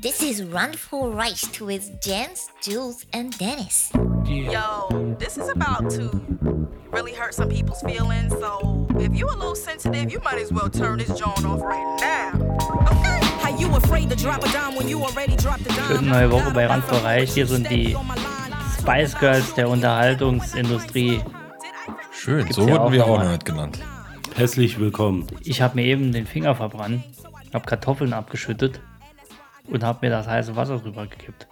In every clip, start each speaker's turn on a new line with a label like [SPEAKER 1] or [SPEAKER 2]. [SPEAKER 1] This is Run for Rice with Jens, Jules, and Dennis.
[SPEAKER 2] Yo, this is about to really hurt some people's feelings. So if you a little sensitive, you might as well turn this joint off right now. Okay? How you afraid to drop a dime when you already dropped a dime?
[SPEAKER 3] Schöne neue Woche bei Randbereich. Hier sind die Spice Girls der Unterhaltungsindustrie.
[SPEAKER 4] Schön,
[SPEAKER 3] Gibt's
[SPEAKER 4] so
[SPEAKER 3] ja
[SPEAKER 4] wurden
[SPEAKER 3] auch
[SPEAKER 4] wir auch
[SPEAKER 3] nochmal.
[SPEAKER 4] noch nicht genannt.
[SPEAKER 5] Herzlich willkommen.
[SPEAKER 3] Ich habe mir eben den Finger verbrannt, habe Kartoffeln abgeschüttet und habe mir das heiße Wasser drüber gekippt.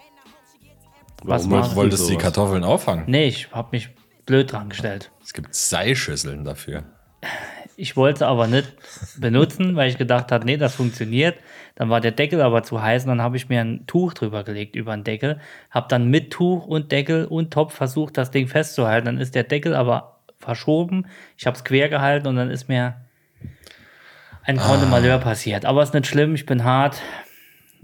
[SPEAKER 3] Was
[SPEAKER 5] Warum
[SPEAKER 3] war-
[SPEAKER 5] machst
[SPEAKER 3] Ach,
[SPEAKER 5] du
[SPEAKER 4] Wolltest du die
[SPEAKER 5] sowas?
[SPEAKER 4] Kartoffeln auffangen?
[SPEAKER 3] Nee, ich habe mich blöd dran gestellt.
[SPEAKER 4] Es gibt Seischüsseln dafür.
[SPEAKER 3] Ich wollte es aber nicht benutzen, weil ich gedacht habe, nee, das funktioniert. Dann war der Deckel aber zu heiß und dann habe ich mir ein Tuch drüber gelegt über den Deckel. Habe dann mit Tuch und Deckel und Topf versucht, das Ding festzuhalten. Dann ist der Deckel aber verschoben. Ich habe es quer gehalten und dann ist mir ein Grande Malheur passiert. Aber es ist nicht schlimm, ich bin hart.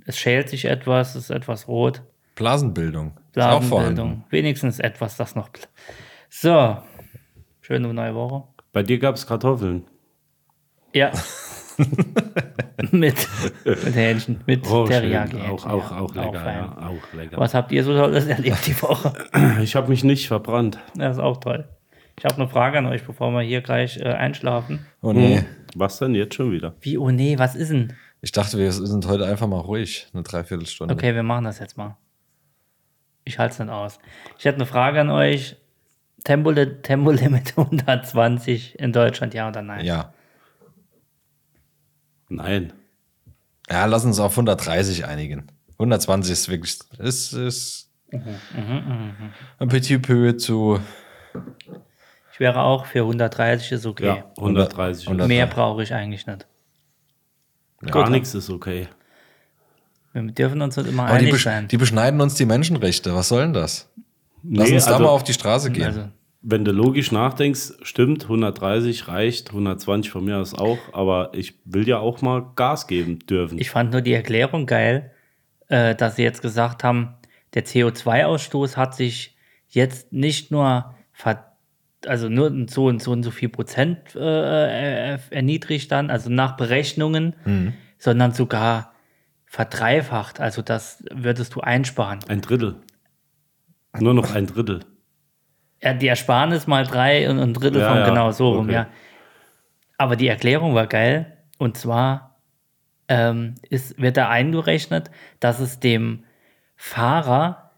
[SPEAKER 3] Es schält sich etwas, es ist etwas rot.
[SPEAKER 4] Blasenbildung. Ist auch vorhanden.
[SPEAKER 3] Blasenbildung. Wenigstens etwas, das noch. bl- So, schöne neue Woche.
[SPEAKER 5] Bei dir gab es Kartoffeln.
[SPEAKER 3] Ja. mit, mit Hähnchen, mit Teriyaki.
[SPEAKER 5] Oh, schön.
[SPEAKER 3] Hähnchen,
[SPEAKER 5] Auch, auch, auch lecker.
[SPEAKER 3] fein.
[SPEAKER 5] ja, auch lecker.
[SPEAKER 3] Was habt ihr so Tolles erlebt die Woche?
[SPEAKER 5] Ich habe mich nicht verbrannt.
[SPEAKER 3] Das ist auch toll. Ich habe eine Frage an euch, bevor wir hier gleich äh, einschlafen.
[SPEAKER 4] Oh nee.
[SPEAKER 5] Was denn jetzt schon wieder?
[SPEAKER 3] Wie, oh nee, was ist denn?
[SPEAKER 4] Ich dachte, wir sind heute einfach mal ruhig. Eine Dreiviertelstunde.
[SPEAKER 3] Okay, wir machen das jetzt mal. Ich halte es nicht aus. Ich hätte eine Frage an euch. Tempolimit Tempolimit 120 in Deutschland, ja oder nein?
[SPEAKER 4] Ja.
[SPEAKER 5] Nein.
[SPEAKER 4] Ja, lass uns auf 130 einigen. 120 ist wirklich. Ist, ist ein petit peu zu.
[SPEAKER 3] Ich wäre auch für 130, ist okay.
[SPEAKER 5] Ja, 130.
[SPEAKER 4] 100.
[SPEAKER 3] Mehr brauche ich eigentlich nicht.
[SPEAKER 5] Gar nichts ist okay.
[SPEAKER 3] Wir dürfen uns nicht immer
[SPEAKER 4] Aber die,
[SPEAKER 3] einig
[SPEAKER 4] besch
[SPEAKER 3] sein.
[SPEAKER 4] die beschneiden uns die Menschenrechte. Was soll denn das? Lass
[SPEAKER 5] Nee,
[SPEAKER 4] uns da
[SPEAKER 5] also-
[SPEAKER 4] mal auf die Straße gehen.
[SPEAKER 3] Also,
[SPEAKER 5] Wenn du logisch nachdenkst, stimmt, 130 reicht, 120 von mir aus auch, aber ich will ja auch mal Gas geben dürfen.
[SPEAKER 3] Ich fand nur die Erklärung geil, äh, dass sie jetzt gesagt haben, der CO2-Ausstoß hat sich jetzt nicht nur ver also nur in so und so und so viel Prozent äh, äh, erniedrigt dann, also nach Berechnungen, sondern sogar verdreifacht. Also das würdest du einsparen.
[SPEAKER 5] ein Drittel. Nur noch ein Drittel.
[SPEAKER 3] Ja, die Ersparnis mal drei und ein Drittel
[SPEAKER 5] Ja,
[SPEAKER 3] von
[SPEAKER 5] ja,
[SPEAKER 3] genau so rum,
[SPEAKER 5] okay.
[SPEAKER 3] ja. Aber die Erklärung war geil. Und zwar ähm, ist, wird da eingerechnet, dass es dem Fahrer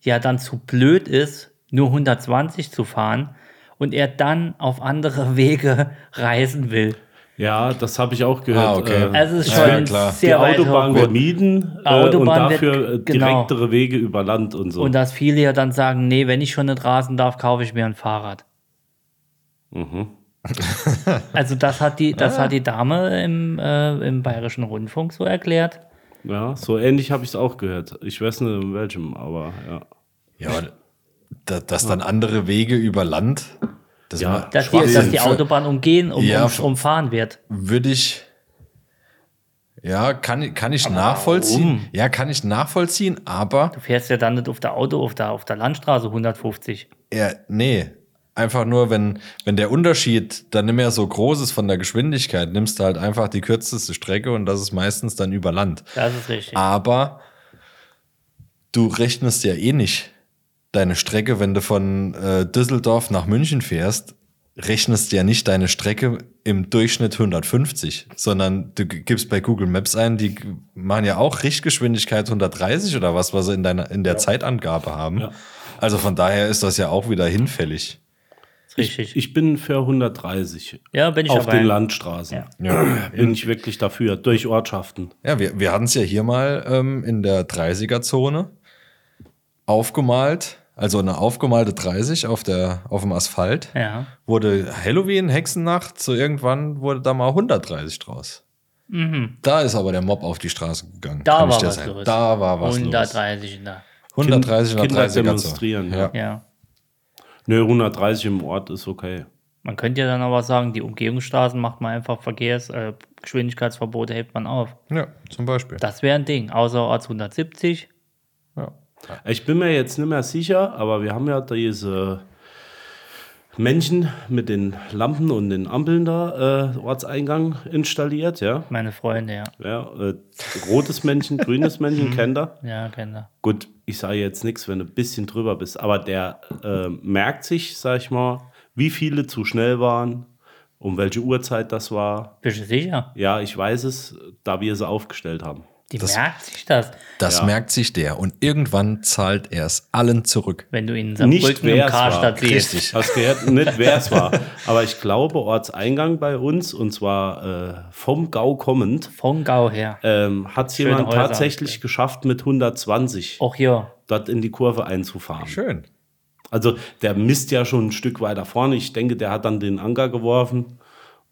[SPEAKER 3] ja dann zu blöd ist, nur 120 zu fahren und er dann auf andere Wege reisen will.
[SPEAKER 5] Ja, das habe ich auch gehört.
[SPEAKER 4] Ah, okay.
[SPEAKER 5] Äh,
[SPEAKER 3] Also es ist
[SPEAKER 4] Ja,
[SPEAKER 3] schon
[SPEAKER 4] ja, klar.
[SPEAKER 5] die
[SPEAKER 3] sehr weit
[SPEAKER 5] Autobahn
[SPEAKER 3] hoch.
[SPEAKER 5] wird mieden äh,
[SPEAKER 3] Autobahn
[SPEAKER 5] und
[SPEAKER 3] wird-
[SPEAKER 5] dafür äh,
[SPEAKER 3] genau.
[SPEAKER 5] direktere Wege über Land und so.
[SPEAKER 3] Und dass viele ja dann sagen, nee, wenn ich schon nicht rasen darf, kaufe ich mir ein Fahrrad. also das hat die, das hat die Dame im, äh, im Bayerischen Rundfunk so erklärt.
[SPEAKER 5] ja, so ähnlich habe ich es auch gehört. Ich weiß nicht in welchem, aber ja.
[SPEAKER 4] Ja, aber da, dass dann andere Wege über Land. Das
[SPEAKER 5] Ja,
[SPEAKER 4] ma-
[SPEAKER 3] Dass die, dass die
[SPEAKER 4] Schwachsinn.
[SPEAKER 3] Autobahn umgehen, um,
[SPEAKER 4] Ja,
[SPEAKER 3] um,
[SPEAKER 4] f-
[SPEAKER 3] umfahren wird.
[SPEAKER 4] würde ich. Ja, kann, ich- kann ich nachvollziehen. Ja, kann ich nachvollziehen, aber
[SPEAKER 3] Du fährst ja dann nicht auf der Auto, auf der, auf der Landstraße 150.
[SPEAKER 4] ja, nee. Einfach nur, wenn, wenn der Unterschied dann nicht mehr so groß ist von der Geschwindigkeit, nimmst du halt einfach die kürzeste Strecke und das ist meistens dann über Land.
[SPEAKER 3] Das ist
[SPEAKER 4] Ah,
[SPEAKER 3] richtig.
[SPEAKER 4] Aber du rechnest ja eh nicht deine Strecke, wenn du von äh, Düsseldorf nach München fährst, rechnest ja nicht deine Strecke im Durchschnitt 150, sondern du g- gibst bei Google Maps ein, die g- machen ja auch Richtgeschwindigkeit 130 oder was, was sie in, deiner, in der Zeitangabe haben. Also von daher ist das ja auch wieder hinfällig.
[SPEAKER 3] Das ist richtig.
[SPEAKER 5] Ich bin für 130
[SPEAKER 3] Ja, bin ich
[SPEAKER 5] auf
[SPEAKER 3] dabei.
[SPEAKER 5] den Landstraßen.
[SPEAKER 4] Ja,
[SPEAKER 5] Bin ich wirklich dafür, durch Ortschaften.
[SPEAKER 4] ja wir, wir hatten es ja hier mal ähm, in der 30er-Zone aufgemalt, also eine aufgemalte 30 auf, der, auf dem Asphalt.
[SPEAKER 3] ja.
[SPEAKER 4] wurde Halloween, Hexennacht, so irgendwann wurde da mal 130 draus. Da ist aber der Mob auf die Straße gegangen.
[SPEAKER 3] Mhm. Da
[SPEAKER 4] kann ich
[SPEAKER 3] war
[SPEAKER 4] dir
[SPEAKER 3] was
[SPEAKER 4] sagen.
[SPEAKER 3] los.
[SPEAKER 4] Da war was
[SPEAKER 3] 130 in der.
[SPEAKER 4] los. 130 in der
[SPEAKER 5] Kinder
[SPEAKER 4] 30er
[SPEAKER 5] demonstrieren,
[SPEAKER 4] Zone.
[SPEAKER 5] ja.
[SPEAKER 4] Ja.
[SPEAKER 3] Ja.
[SPEAKER 5] Nö, 130 im Ort ist okay.
[SPEAKER 3] Man könnte ja dann aber sagen, die Umgehungsstraßen macht man einfach Verkehrs, äh, Geschwindigkeitsverbote hebt man auf.
[SPEAKER 4] ja, zum Beispiel.
[SPEAKER 3] Das wäre ein Ding. Außerorts 170.
[SPEAKER 4] Ja.
[SPEAKER 5] Ich bin mir jetzt nicht mehr sicher, aber wir haben ja diese Männchen mit den Lampen und den Ampeln da, äh, Ortseingang installiert, ja.
[SPEAKER 3] Meine Freunde, ja.
[SPEAKER 5] ja äh, rotes Männchen, grünes
[SPEAKER 3] Mhm.
[SPEAKER 5] Männchen, kennt er.
[SPEAKER 3] Ja, Kinder.
[SPEAKER 5] Gut, ich sage jetzt nichts, wenn du ein bisschen drüber bist, aber der äh, merkt sich, sag ich mal, wie viele zu schnell waren, um welche Uhrzeit das war.
[SPEAKER 3] Bist du sicher?
[SPEAKER 5] Ja, ich weiß es, da wir sie aufgestellt haben.
[SPEAKER 3] Die
[SPEAKER 4] Das-
[SPEAKER 3] merkt sich das.
[SPEAKER 4] Das merkt sich der und irgendwann zahlt er es allen zurück.
[SPEAKER 3] Wenn du ihn in
[SPEAKER 5] Nicht,
[SPEAKER 3] Saarbrücken im
[SPEAKER 5] wer's war.
[SPEAKER 3] Karstadt siehst.
[SPEAKER 5] Hast gehört, nicht wer es war. Aber ich glaube, Ortseingang bei uns, und zwar äh, vom Gau kommend,
[SPEAKER 3] Von Gau her.
[SPEAKER 4] Äh.
[SPEAKER 5] ähm, hat es
[SPEAKER 3] Schöne
[SPEAKER 5] jemand
[SPEAKER 3] Häuser. Oh.
[SPEAKER 5] tatsächlich geschafft, mit 120
[SPEAKER 3] Auch hier.
[SPEAKER 5] dort in die Kurve einzufahren.
[SPEAKER 4] Schön.
[SPEAKER 5] Also der misst ja schon ein Stück weiter vorne. Ich denke, der hat dann den Anker geworfen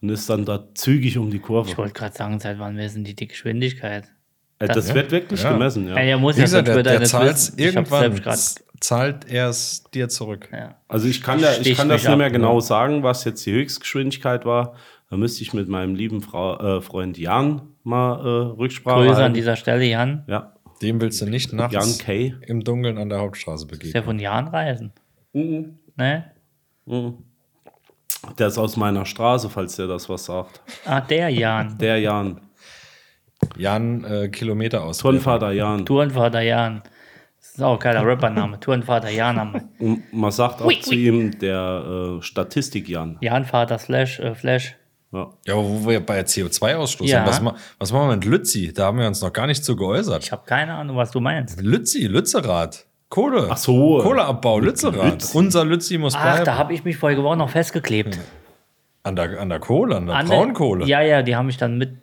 [SPEAKER 5] und ist dann dort zügig um die
[SPEAKER 3] Ich
[SPEAKER 5] Kurve.
[SPEAKER 3] wollte gerade sagen, seit wann wissen die die Geschwindigkeit?
[SPEAKER 5] Äh, das wird wirklich
[SPEAKER 4] Ja.
[SPEAKER 5] gemessen, ja.
[SPEAKER 3] Ja, der muss
[SPEAKER 4] Wie
[SPEAKER 3] ja
[SPEAKER 4] gesagt,
[SPEAKER 3] sonst
[SPEAKER 4] der,
[SPEAKER 3] würde er
[SPEAKER 4] der
[SPEAKER 3] nicht
[SPEAKER 4] zahlt es
[SPEAKER 3] wissen. Ich hab's
[SPEAKER 4] irgendwann,
[SPEAKER 3] selbst
[SPEAKER 4] z- zahlt er es dir zurück.
[SPEAKER 3] grad, ja.
[SPEAKER 5] Also ich kann, ja, ich
[SPEAKER 3] Sticht
[SPEAKER 5] kann das
[SPEAKER 3] mich
[SPEAKER 5] nicht mehr
[SPEAKER 3] ab,
[SPEAKER 5] genau sagen, was jetzt die Höchstgeschwindigkeit war. Da müsste ich mit meinem lieben Frau, äh, Freund Jan mal äh, Rücksprache
[SPEAKER 3] Grüße an
[SPEAKER 5] halten.
[SPEAKER 3] dieser Stelle, Jan.
[SPEAKER 5] Ja,
[SPEAKER 4] Dem willst du nicht
[SPEAKER 5] Jan
[SPEAKER 4] nachts
[SPEAKER 5] Kay.
[SPEAKER 4] im Dunkeln an der Hauptstraße
[SPEAKER 3] Ist ja
[SPEAKER 4] begegnen.
[SPEAKER 3] von Jan reisen.
[SPEAKER 4] Uh,
[SPEAKER 3] Ne?
[SPEAKER 5] Der ist aus meiner Straße, falls der das was sagt.
[SPEAKER 3] Ah, der Jan.
[SPEAKER 5] Der Jan.
[SPEAKER 4] Jan äh, Kilometer aus.
[SPEAKER 5] Turnvater Jan.
[SPEAKER 3] Turnvater Jan. Das ist auch ein geiler Rappername. Turnvater Janame.
[SPEAKER 5] Und man sagt auch
[SPEAKER 1] Ui,
[SPEAKER 5] zu
[SPEAKER 1] ui.
[SPEAKER 5] ihm der äh, Statistik Jan.
[SPEAKER 3] Janvater slash äh, Flash.
[SPEAKER 5] Ja.
[SPEAKER 4] Ja, aber wo wir bei CO2-Ausstoß
[SPEAKER 3] Ja.
[SPEAKER 4] sind. Was, ma was machen wir mit Lützi? Da haben wir uns noch gar nicht zu geäußert.
[SPEAKER 3] Ich habe keine Ahnung, was du meinst.
[SPEAKER 4] Lützi, Lützerath. Kohle.
[SPEAKER 5] Ach so.
[SPEAKER 4] Kohleabbau, Lützerath.
[SPEAKER 5] Lützi.
[SPEAKER 4] Unser Lützi muss
[SPEAKER 3] Ach, da
[SPEAKER 4] bleiben.
[SPEAKER 3] habe ich mich vorher geworden noch festgeklebt.
[SPEAKER 4] An der, an der Kohle, an der
[SPEAKER 3] An den-
[SPEAKER 4] Braunkohle.
[SPEAKER 3] Ja, ja, die haben mich dann mit.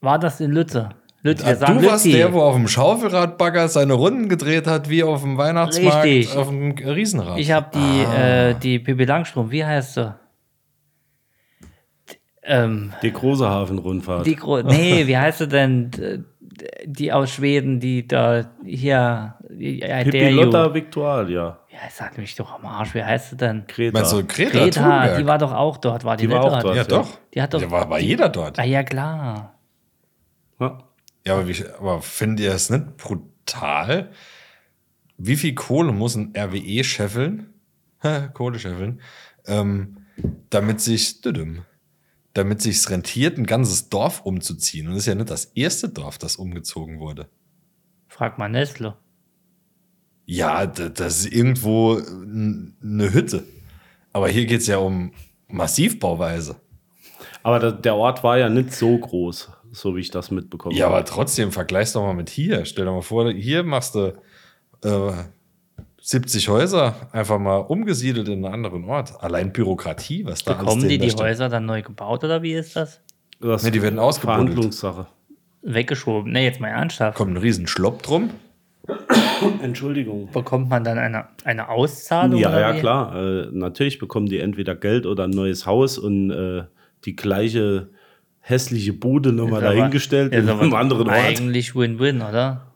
[SPEAKER 3] War das in Lütze? Lütze, wir
[SPEAKER 4] Ah,
[SPEAKER 3] sagen
[SPEAKER 4] du warst
[SPEAKER 3] Lützi.
[SPEAKER 4] der, wo auf dem Schaufelradbagger seine Runden gedreht hat, wie auf dem Weihnachtsmarkt
[SPEAKER 3] Richtig.
[SPEAKER 4] auf dem Riesenrad.
[SPEAKER 3] ich habe die,
[SPEAKER 4] Ah.
[SPEAKER 3] äh, die Pippi Langstrom, wie heißt sie? D- Ähm,
[SPEAKER 5] Die große Hafenrundfahrt.
[SPEAKER 3] die Gro Nee, wie heißt sie denn? D- Die aus Schweden, die da hier. I dare
[SPEAKER 5] Pippi
[SPEAKER 3] you.
[SPEAKER 5] Lotta Victualia.
[SPEAKER 3] Ja, sag mich doch am Arsch, wie heißt sie denn?
[SPEAKER 5] Greta.
[SPEAKER 4] Meinst du, Greta,
[SPEAKER 3] Greta,
[SPEAKER 4] Thunberg?
[SPEAKER 3] die war doch auch dort, war die,
[SPEAKER 5] Die
[SPEAKER 3] nicht
[SPEAKER 5] war auch dort.
[SPEAKER 4] ja, doch.
[SPEAKER 3] Die hat doch-
[SPEAKER 4] Ja, war, war jeder dort.
[SPEAKER 3] Ah, ja, klar.
[SPEAKER 5] ja.
[SPEAKER 4] Ja, aber, wie, aber findet ihr das nicht brutal? Wie viel Kohle muss ein RWE scheffeln? Kohle scheffeln. Ähm, damit sich, düdüm, damit sich's rentiert, ein ganzes Dorf umzuziehen. Und das ist ja nicht das erste Dorf, das umgezogen wurde.
[SPEAKER 3] Frag mal Nestle.
[SPEAKER 4] Ja, d- das ist irgendwo n- eine Hütte. Aber hier geht's ja um Massivbauweise.
[SPEAKER 5] Aber da, der Ort war ja nicht so groß, so wie ich das mitbekommen
[SPEAKER 4] Ja, aber
[SPEAKER 5] habe.
[SPEAKER 4] trotzdem, vergleich's doch mal mit hier. Stell dir mal vor, hier machst du äh, 70 Häuser einfach mal umgesiedelt in einen anderen Ort. Allein Bürokratie, was da alles
[SPEAKER 3] Bekommen die die
[SPEAKER 4] dahinter steckt.
[SPEAKER 3] Häuser dann neu gebaut oder wie ist das?
[SPEAKER 5] Das
[SPEAKER 4] Nee, die werden ausgebuddelt.
[SPEAKER 5] Verhandlungssache.
[SPEAKER 3] Weggeschoben. Ne, jetzt mal ernsthaft.
[SPEAKER 4] Kommt ein riesen Schlopp drum.
[SPEAKER 5] Entschuldigung.
[SPEAKER 3] Bekommt man dann eine, eine Auszahlung?
[SPEAKER 5] Ja,
[SPEAKER 3] oder
[SPEAKER 5] ja,
[SPEAKER 3] wie?
[SPEAKER 5] klar. Äh, natürlich bekommen die entweder Geld oder ein neues Haus und äh, die gleiche hässliche Bude nochmal
[SPEAKER 3] Ist aber-
[SPEAKER 5] dahingestellt
[SPEAKER 3] ist
[SPEAKER 5] in
[SPEAKER 3] aber
[SPEAKER 5] einem anderen Ort.
[SPEAKER 3] Eigentlich Win-Win, oder?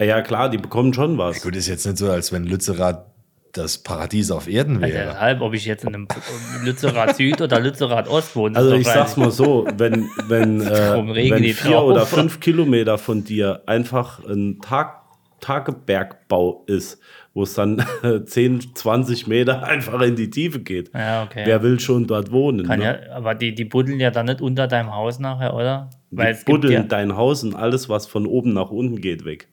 [SPEAKER 5] Ja, klar, die bekommen schon was.
[SPEAKER 4] Gut, ist jetzt nicht so, als wenn Lützerath das Paradies auf Erden
[SPEAKER 3] Also
[SPEAKER 4] wäre.
[SPEAKER 3] deshalb, ob ich jetzt in einem Lützerath Süd oder Lützerath Ost wohne.
[SPEAKER 5] Also
[SPEAKER 3] ist
[SPEAKER 5] ich
[SPEAKER 3] doch
[SPEAKER 5] sag's mal so, wenn, wenn,
[SPEAKER 3] Drum
[SPEAKER 5] äh,
[SPEAKER 3] regen
[SPEAKER 5] wenn
[SPEAKER 3] die
[SPEAKER 5] vier
[SPEAKER 3] drauf.
[SPEAKER 5] oder fünf Kilometer von dir einfach ein Tag, Tagebergbau ist, wo es dann 10, 20 Meter einfach in die Tiefe geht.
[SPEAKER 3] Ja, okay.
[SPEAKER 5] Wer will schon dort wohnen?
[SPEAKER 3] Kann
[SPEAKER 5] ne?
[SPEAKER 3] ja, aber die, die buddeln ja dann nicht unter deinem Haus nachher, oder? Weil
[SPEAKER 5] Die
[SPEAKER 3] es gibt
[SPEAKER 5] buddeln
[SPEAKER 3] ja,
[SPEAKER 5] dein Haus und alles, was von oben nach unten geht, weg.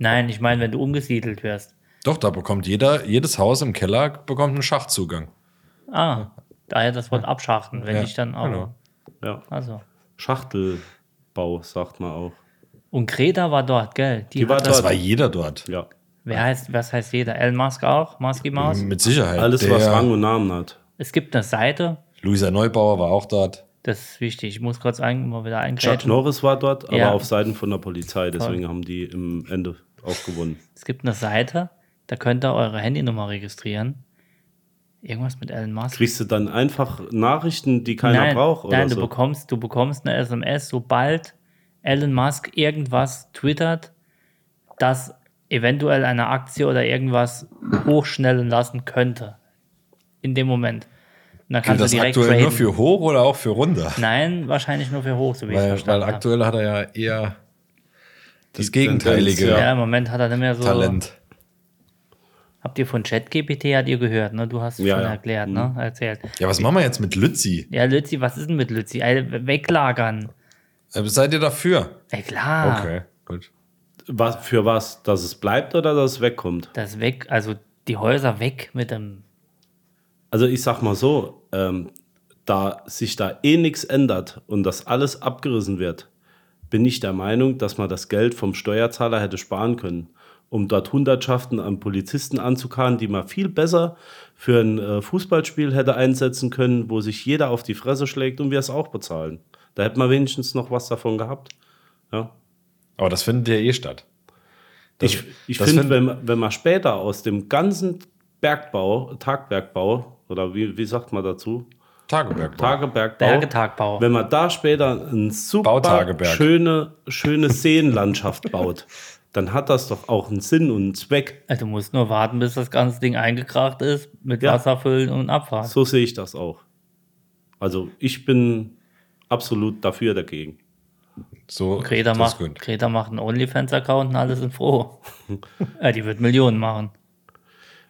[SPEAKER 3] Nein, ich meine, wenn du umgesiedelt wirst.
[SPEAKER 4] Doch, da bekommt jeder, jedes Haus im Keller bekommt einen Schachtzugang.
[SPEAKER 3] Ah, daher das Wort abschachten, wenn ich dann auch.
[SPEAKER 4] genau.
[SPEAKER 5] Ja.
[SPEAKER 3] Also.
[SPEAKER 5] Schachtelbau, sagt man auch.
[SPEAKER 3] Und Greta war dort, gell? Die,
[SPEAKER 5] Die war
[SPEAKER 3] hat-
[SPEAKER 4] Das
[SPEAKER 5] dort.
[SPEAKER 4] war jeder dort.
[SPEAKER 5] Ja.
[SPEAKER 3] Wer heißt, was heißt jeder? Elon Musk auch? Musky Maus?
[SPEAKER 5] Ähm.
[SPEAKER 4] Mit Sicherheit.
[SPEAKER 5] Alles,
[SPEAKER 4] Der
[SPEAKER 5] was Rang und Namen hat.
[SPEAKER 3] Es gibt eine Seite,
[SPEAKER 4] Luisa Neubauer war auch dort.
[SPEAKER 3] das ist wichtig. Ich muss kurz ein, mal wieder
[SPEAKER 5] Chuck
[SPEAKER 3] eingreifen.
[SPEAKER 5] Norris war dort, aber
[SPEAKER 3] Ja.
[SPEAKER 5] auf Seiten von der Polizei. Deswegen haben die im Ende auch gewonnen.
[SPEAKER 3] Es gibt eine Seite, da könnt ihr eure Handynummer registrieren. Irgendwas mit Elon Musk.
[SPEAKER 5] Kriegst du dann einfach Nachrichten, die keiner
[SPEAKER 3] nein,
[SPEAKER 5] braucht? Oder
[SPEAKER 3] nein,
[SPEAKER 5] so?
[SPEAKER 3] du bekommst, du bekommst eine SMS, sobald Elon Musk irgendwas twittert, das eventuell eine Aktie oder irgendwas hochschnellen lassen könnte. In dem Moment. Und dann
[SPEAKER 4] Gilt
[SPEAKER 3] kannst
[SPEAKER 4] das
[SPEAKER 3] du direkt
[SPEAKER 4] aktuell nur
[SPEAKER 3] traden.
[SPEAKER 4] für hoch oder auch für runter?
[SPEAKER 3] Nein, wahrscheinlich nur für hoch, so wie ich es
[SPEAKER 4] Weil, weil
[SPEAKER 3] verstanden habe.
[SPEAKER 4] aktuell hat er ja eher das
[SPEAKER 5] Tendenz,
[SPEAKER 4] gegenteilige
[SPEAKER 5] ja.
[SPEAKER 3] Ja, im Moment hat er nicht mehr so
[SPEAKER 4] Talent.
[SPEAKER 3] Habt ihr von ChatGPT, hat ihr gehört, ne? Du hast es
[SPEAKER 5] Ja,
[SPEAKER 3] schon
[SPEAKER 5] ja. Mhm.
[SPEAKER 3] erklärt, ne? Erzählt.
[SPEAKER 4] Ja, was machen wir jetzt mit Lützi?
[SPEAKER 3] Ja, Lützi, was ist denn mit Lützi? Ey, Weglagern.
[SPEAKER 4] Äh, Seid ihr dafür?
[SPEAKER 3] Ja, klar.
[SPEAKER 4] Okay, gut.
[SPEAKER 5] Was, für was? Dass es bleibt oder dass es wegkommt?
[SPEAKER 3] Das weg, also die Häuser weg mit dem.
[SPEAKER 5] Also ich sag mal so, ähm, da sich da eh nichts ändert und das alles abgerissen wird, bin ich der Meinung, dass man das Geld vom Steuerzahler hätte sparen können, um dort Hundertschaften an Polizisten anzukarren, die man viel besser für ein äh, Fußballspiel hätte einsetzen können, wo sich jeder auf die Fresse schlägt und wir es auch bezahlen. Da hätte man wenigstens noch was davon gehabt. Ja.
[SPEAKER 4] Aber das findet ja eh statt. Das-
[SPEAKER 5] Ich, ich
[SPEAKER 4] das
[SPEAKER 5] finde,
[SPEAKER 4] find-
[SPEAKER 5] wenn, man- wenn man später aus dem ganzen Bergbau, Tagbergbau, oder wie, wie sagt man dazu?
[SPEAKER 4] Tageberg.
[SPEAKER 5] Tagebergbau.
[SPEAKER 3] Bergetagbau.
[SPEAKER 5] Wenn man da später ein super
[SPEAKER 4] Bautageberg.
[SPEAKER 5] schöne, schöne Seenlandschaft baut, dann hat das doch auch einen Sinn und einen Zweck.
[SPEAKER 3] Also du musst nur warten, bis das ganze Ding eingekracht ist, mit
[SPEAKER 5] Ja.
[SPEAKER 3] Wasser füllen und abfahren.
[SPEAKER 5] So sehe ich das auch. Also ich bin absolut dafür dagegen.
[SPEAKER 4] So,
[SPEAKER 3] Greta
[SPEAKER 4] das
[SPEAKER 3] macht,
[SPEAKER 4] ist gut.
[SPEAKER 3] Greta macht einen OnlyFans-Account und alle sind froh. ja, die wird Millionen machen.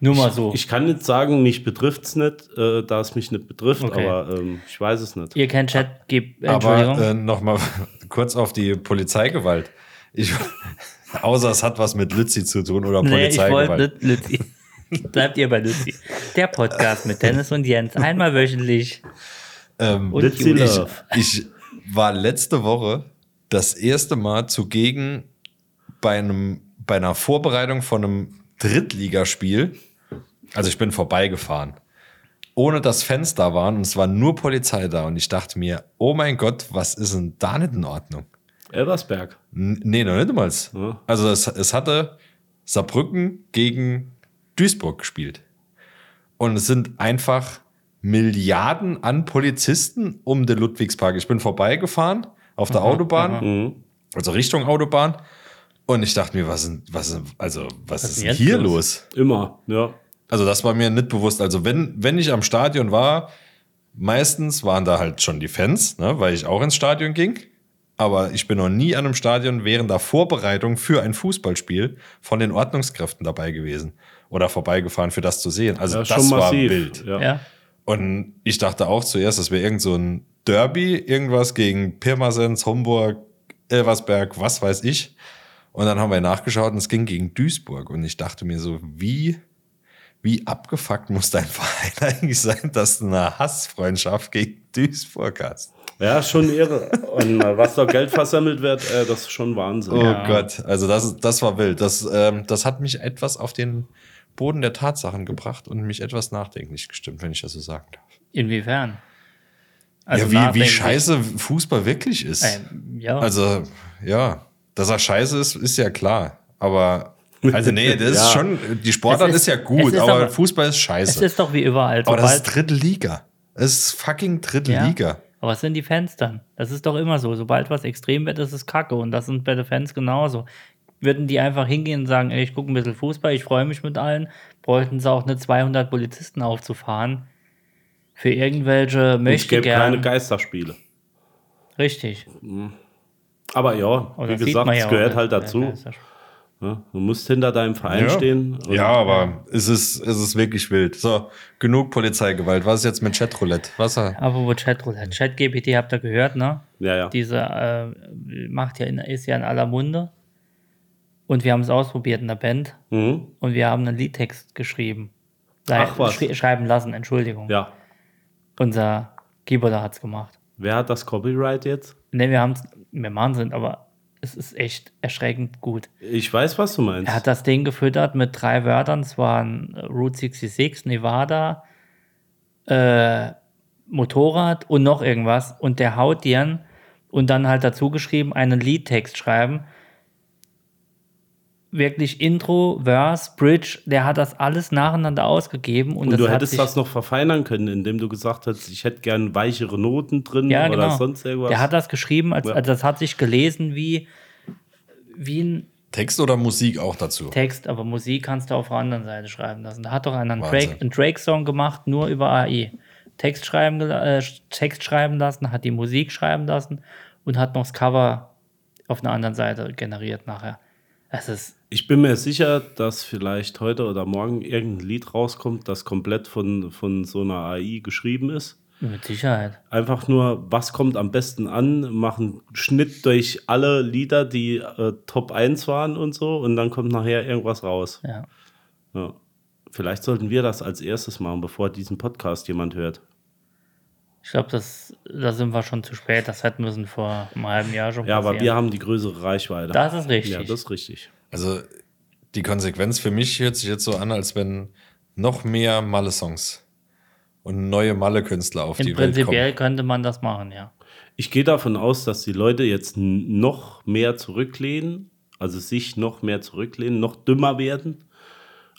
[SPEAKER 3] Nur mal so.
[SPEAKER 5] Ich kann nicht sagen, mich betrifft es nicht, äh, da es mich nicht betrifft,
[SPEAKER 3] Okay.
[SPEAKER 5] aber ähm, ich weiß es nicht.
[SPEAKER 3] Ihr kennt Chat, gebt Entschuldigung.
[SPEAKER 4] Aber äh, nochmal kurz auf die Polizeigewalt. Ich, außer es hat was mit Lützi zu tun oder
[SPEAKER 3] nee, ich wollte nicht
[SPEAKER 4] Polizeigewalt.
[SPEAKER 3] Lützi. Bleibt ihr bei Lützi. Der Podcast mit Dennis und Jens, einmal wöchentlich.
[SPEAKER 4] ähm,
[SPEAKER 3] Und
[SPEAKER 5] Lützi
[SPEAKER 3] Juli.
[SPEAKER 5] Love.
[SPEAKER 4] ich war letzte Woche das erste Mal zugegen bei, einem, bei einer Vorbereitung von einem Drittligaspiel. Also ich bin vorbeigefahren, ohne dass Fans da waren und es war nur Polizei da. Und ich dachte mir, oh mein Gott, was ist denn da nicht in Ordnung?
[SPEAKER 5] Elversberg.
[SPEAKER 4] N- Nee, noch nicht mal.
[SPEAKER 5] Ja.
[SPEAKER 4] Also es, es hatte Saarbrücken gegen Duisburg gespielt. Und es sind einfach Milliarden an Polizisten um den Ludwigspark. Ich bin vorbeigefahren auf der Autobahn, also Richtung Autobahn. Und ich dachte mir, was, ist- was, ist- also, was, ist
[SPEAKER 3] ist
[SPEAKER 4] denn
[SPEAKER 3] jetzt
[SPEAKER 4] hier
[SPEAKER 3] los?
[SPEAKER 4] los?
[SPEAKER 5] Immer, ja.
[SPEAKER 4] Also das war mir nicht bewusst. Also wenn, wenn ich am Stadion war, meistens waren da halt schon die Fans, ne, weil ich auch ins Stadion ging. Aber ich bin noch nie an einem Stadion während der Vorbereitung für ein Fußballspiel von den Ordnungskräften dabei gewesen oder vorbeigefahren, für das zu sehen. Also
[SPEAKER 5] ja
[SPEAKER 4] das
[SPEAKER 5] schon
[SPEAKER 4] war
[SPEAKER 5] massiv.
[SPEAKER 4] wild.
[SPEAKER 5] Ja.
[SPEAKER 3] Ja.
[SPEAKER 4] Und ich dachte auch zuerst, das wäre irgend so ein Derby, irgendwas gegen Pirmasens, Homburg, Elversberg, was weiß ich. Und dann haben wir nachgeschaut und es ging gegen Duisburg. Und ich dachte mir so, wie, wie abgefuckt muss dein Verein eigentlich sein, dass du eine Hassfreundschaft gegen Duisburg hast?
[SPEAKER 5] Ja, schon irre. Und äh, was da Geld versammelt wird, äh, das ist schon Wahnsinn.
[SPEAKER 4] Oh Gott, also das, das war wild. Das, ähm, das hat mich etwas auf den Boden der Tatsachen gebracht und mich etwas nachdenklich gestimmt, wenn ich das so sagen darf.
[SPEAKER 3] Inwiefern?
[SPEAKER 4] ja, wie, wie
[SPEAKER 3] Also nachdenklich.
[SPEAKER 4] scheiße Fußball wirklich ist.
[SPEAKER 3] Ähm, ja.
[SPEAKER 4] Also, ja, dass er scheiße ist, ist ja klar. Aber, also, nee, das
[SPEAKER 5] Ja.
[SPEAKER 4] ist schon, die Sportart
[SPEAKER 3] Es
[SPEAKER 4] ist,
[SPEAKER 3] ist-
[SPEAKER 4] ja
[SPEAKER 3] es
[SPEAKER 4] gut,
[SPEAKER 3] ist
[SPEAKER 4] aber,
[SPEAKER 3] aber-
[SPEAKER 4] Fußball ist
[SPEAKER 3] es
[SPEAKER 4] scheiße.
[SPEAKER 3] ist doch wie überall.
[SPEAKER 4] aber oh, das ist
[SPEAKER 3] Sobald,
[SPEAKER 4] dritte Liga. Es ist fucking dritte
[SPEAKER 3] ja.
[SPEAKER 4] Liga.
[SPEAKER 3] Aber was sind die Fans dann? Das ist doch immer so. Sobald was extrem wird, ist es kacke. Und das sind bei den Fans genauso. Würden die einfach hingehen und sagen, ey, ich gucke ein bisschen Fußball, ich freue mich mit allen, bräuchten sie auch eine 200 Polizisten aufzufahren. Für irgendwelche
[SPEAKER 5] es
[SPEAKER 3] möchte
[SPEAKER 5] gäbe keine
[SPEAKER 3] gerne.
[SPEAKER 5] Geisterspiele.
[SPEAKER 3] Richtig.
[SPEAKER 5] Aber ja,
[SPEAKER 3] Und das
[SPEAKER 5] wie
[SPEAKER 3] Oh, sieht
[SPEAKER 5] gesagt,
[SPEAKER 3] man ja
[SPEAKER 5] es
[SPEAKER 3] auch
[SPEAKER 5] gehört
[SPEAKER 3] nicht.
[SPEAKER 5] halt
[SPEAKER 3] Ja,
[SPEAKER 5] dazu.
[SPEAKER 3] ja, ist ja schon-
[SPEAKER 5] Ne? Du musst hinter deinem Verein
[SPEAKER 4] Ja.
[SPEAKER 5] stehen. und-
[SPEAKER 4] Ja, aber es ist, es ist wirklich wild. So, genug Polizeigewalt. Was ist jetzt mit Chatroulette? Was er?
[SPEAKER 3] Apropos Chatroulette. ChatGPT habt ihr gehört, ne?
[SPEAKER 5] Ja, ja.
[SPEAKER 3] Diese äh, macht ja in, ist ja in aller Munde. Und wir haben es ausprobiert in der Band.
[SPEAKER 5] Mhm.
[SPEAKER 3] Und wir haben einen Liedtext geschrieben.
[SPEAKER 5] Ach was.
[SPEAKER 3] Schrei- Schreiben lassen, Entschuldigung.
[SPEAKER 5] ja.
[SPEAKER 3] Unser Keyboarder hat es gemacht.
[SPEAKER 5] Wer hat das Copyright jetzt?
[SPEAKER 3] Ne, wir haben es, wir machen es, aber es ist echt erschreckend gut.
[SPEAKER 5] Ich weiß, was du meinst.
[SPEAKER 3] Er hat das Ding gefüttert mit drei Wörtern. Es waren äh, Route 66, Nevada, äh, Motorrad und noch irgendwas. Und der haut dir einen- und dann halt dazu geschrieben, einen Liedtext schreiben. Wirklich Intro, Verse, Bridge, der hat das alles nacheinander ausgegeben. Und,
[SPEAKER 5] und
[SPEAKER 3] das
[SPEAKER 5] du
[SPEAKER 3] hat
[SPEAKER 5] hättest
[SPEAKER 3] sich,
[SPEAKER 5] das noch verfeinern können, indem du gesagt hast, ich hätte gern weichere Noten drin
[SPEAKER 3] ja,
[SPEAKER 5] oder
[SPEAKER 3] genau.
[SPEAKER 5] sonst irgendwas.
[SPEAKER 3] Der hat das geschrieben, als,
[SPEAKER 5] Ja.
[SPEAKER 3] also das hat sich gelesen wie, wie ein
[SPEAKER 4] Text oder Musik auch dazu?
[SPEAKER 3] Text, aber Musik kannst du auf der anderen Seite schreiben lassen. Da hat doch einer einen
[SPEAKER 4] Wahnsinn.
[SPEAKER 3] Drake- einen Drake-Song gemacht, nur über AI. Text schreiben, gel- äh, Text schreiben lassen, hat die Musik schreiben lassen und hat noch das Cover auf einer anderen Seite generiert nachher. Es ist
[SPEAKER 5] Ich bin mir sicher, dass vielleicht heute oder morgen irgendein Lied rauskommt, das komplett von, von so einer AI geschrieben ist.
[SPEAKER 3] mit Sicherheit.
[SPEAKER 5] Einfach nur, was kommt am besten an, machen Schnitt durch alle Lieder, die äh, Top 1 waren und so, und dann kommt nachher irgendwas raus.
[SPEAKER 3] Ja.
[SPEAKER 5] Ja. Vielleicht sollten wir das als erstes machen, bevor diesen Podcast jemand hört.
[SPEAKER 3] Ich glaube, das, da sind wir schon zu spät. Das hätten müssen vor einem halben Jahr schon.
[SPEAKER 5] Ja, aber
[SPEAKER 3] passieren.
[SPEAKER 5] wir haben die größere Reichweite.
[SPEAKER 3] Das ist richtig.
[SPEAKER 5] Ja, das ist richtig.
[SPEAKER 4] Also die Konsequenz für mich hört sich jetzt so an, als wenn noch mehr Malle-Songs und neue Malle-Künstler auf
[SPEAKER 3] Im
[SPEAKER 4] die Welt
[SPEAKER 3] Prinzipiell
[SPEAKER 4] kommen.
[SPEAKER 3] könnte man das machen, ja.
[SPEAKER 5] Ich gehe davon aus, dass die Leute jetzt n- noch mehr zurücklehnen, also sich noch mehr zurücklehnen, noch dümmer werden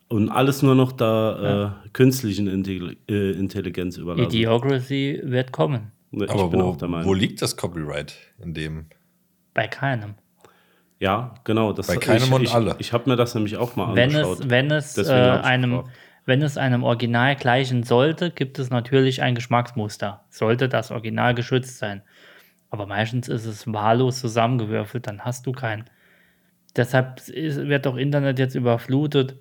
[SPEAKER 5] und alles nur noch der äh, künstlichen Intelli äh, Intelligenz überlassen.
[SPEAKER 3] Idiocracy wird kommen.
[SPEAKER 5] Ne, Ich
[SPEAKER 4] Aber
[SPEAKER 5] bin
[SPEAKER 4] wo,
[SPEAKER 5] auch der
[SPEAKER 4] wo
[SPEAKER 5] Meinung.
[SPEAKER 4] liegt das Copyright in dem?
[SPEAKER 3] Bei keinem.
[SPEAKER 5] ja, genau. Das,
[SPEAKER 4] Bei keinem
[SPEAKER 5] ich,
[SPEAKER 4] und
[SPEAKER 5] ich,
[SPEAKER 4] alle.
[SPEAKER 5] Ich habe mir das nämlich auch mal
[SPEAKER 3] Wenn
[SPEAKER 5] angeschaut.
[SPEAKER 3] es, wenn, es, äh,
[SPEAKER 5] Deswegen hab ich's
[SPEAKER 3] einem,
[SPEAKER 5] gefragt.
[SPEAKER 3] wenn es einem Original gleichen sollte, gibt es natürlich ein Geschmacksmuster. Sollte das Original geschützt sein. Aber meistens ist es wahllos zusammengewürfelt, dann hast du keinen. Deshalb ist, wird doch Internet jetzt überflutet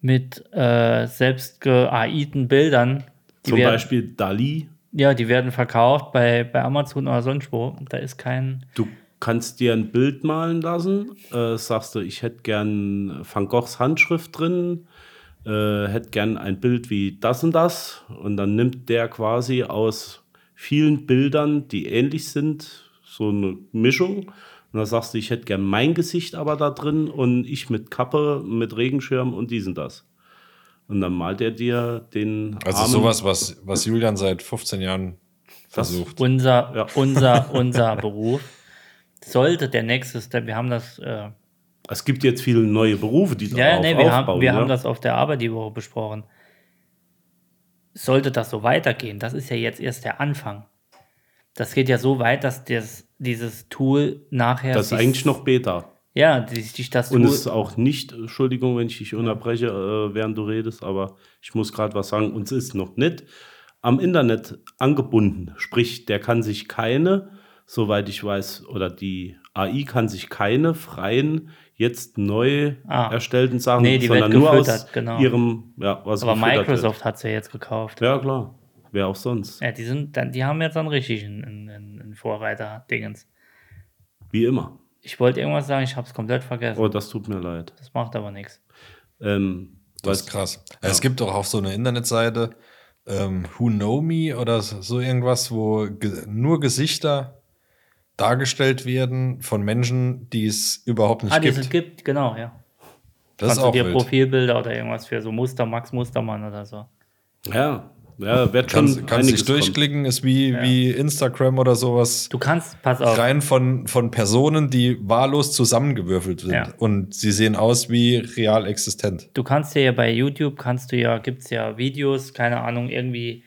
[SPEAKER 3] mit äh, selbst geaiten Bildern. Die
[SPEAKER 5] Zum
[SPEAKER 3] werden,
[SPEAKER 5] Beispiel Dali.
[SPEAKER 3] Ja, die werden verkauft bei, bei Amazon oder sonst wo. Da ist kein.
[SPEAKER 5] Du kannst dir ein Bild malen lassen, äh, sagst du, ich hätte gern Van Goghs Handschrift drin, äh, hätte gern ein Bild wie das und das. Und dann nimmt der quasi aus vielen Bildern, die ähnlich sind, so eine Mischung. Und dann sagst du, ich hätte gern mein Gesicht aber da drin und ich mit Kappe, mit Regenschirm und dies und das. Und dann malt er dir den.
[SPEAKER 4] Also
[SPEAKER 5] armen-
[SPEAKER 4] sowas, was, was Julian seit 15 Jahren versucht.
[SPEAKER 3] Unser,
[SPEAKER 5] Ja.
[SPEAKER 3] unser, unser Beruf sollte der nächste Step. Wir haben das. Äh,
[SPEAKER 5] Es gibt jetzt viele neue Berufe, die
[SPEAKER 3] Ja, ja,
[SPEAKER 5] darauf
[SPEAKER 3] nee, wir, haben,
[SPEAKER 5] aufbauen,
[SPEAKER 3] wir
[SPEAKER 5] ne?
[SPEAKER 3] haben das auf der Arbeit die Woche besprochen. Sollte das so weitergehen, das ist ja jetzt erst der Anfang. Das geht ja so weit, dass das, dieses Tool nachher.
[SPEAKER 5] Das ist
[SPEAKER 3] sich-
[SPEAKER 5] eigentlich noch Beta.
[SPEAKER 3] Ja, die- sich das
[SPEAKER 5] Und
[SPEAKER 3] Tool.
[SPEAKER 5] es ist auch nicht, Entschuldigung, wenn ich dich unterbreche, äh, während du redest, aber ich muss gerade was sagen, uns ist noch nicht am Internet angebunden. Sprich, der kann sich keine, soweit ich weiß, oder die AI kann sich keine freien, jetzt neu
[SPEAKER 3] Ah.
[SPEAKER 5] erstellten Sachen,
[SPEAKER 3] Nee, die wird
[SPEAKER 5] sondern nur aus
[SPEAKER 3] gefüttert, genau.
[SPEAKER 5] ihrem, ja, was
[SPEAKER 3] aber
[SPEAKER 5] gefüttert
[SPEAKER 3] Microsoft hat es ja jetzt gekauft. Ja.
[SPEAKER 5] Wird. Ja, klar. Wer auch sonst.
[SPEAKER 3] die, sind, dann- die haben jetzt dann richtig einen, einen, einen Vorreiter-Dingens.
[SPEAKER 5] Wie immer.
[SPEAKER 3] Ich wollte irgendwas sagen, ich habe es komplett vergessen.
[SPEAKER 5] Oh, das tut mir leid.
[SPEAKER 3] Das macht aber nichts.
[SPEAKER 5] Ähm,
[SPEAKER 4] Das ist krass. Also Es gibt auch auf so einer Internetseite ähm, Who Know Me oder so irgendwas, wo ge nur Gesichter dargestellt werden von Menschen, die es überhaupt nicht
[SPEAKER 3] Ah, die es
[SPEAKER 4] gibt.
[SPEAKER 3] gibt, genau, ja.
[SPEAKER 4] Das ist
[SPEAKER 3] Kannst
[SPEAKER 5] also
[SPEAKER 3] du
[SPEAKER 4] auch
[SPEAKER 3] dir
[SPEAKER 4] wild.
[SPEAKER 3] Profilbilder oder irgendwas für so Muster, Max Mustermann oder so.
[SPEAKER 5] ja, ja, wird schon
[SPEAKER 4] Kannst, kannst dich
[SPEAKER 5] einiges kommen.
[SPEAKER 4] durchklicken, ist wie, wie Instagram oder sowas.
[SPEAKER 3] Du kannst, pass auf.
[SPEAKER 4] Rein von, von Personen, die wahllos zusammengewürfelt sind.
[SPEAKER 3] Ja.
[SPEAKER 4] Und sie sehen aus wie real existent.
[SPEAKER 3] du kannst ja bei YouTube, kannst du ja, gibt es ja Videos, keine Ahnung, irgendwie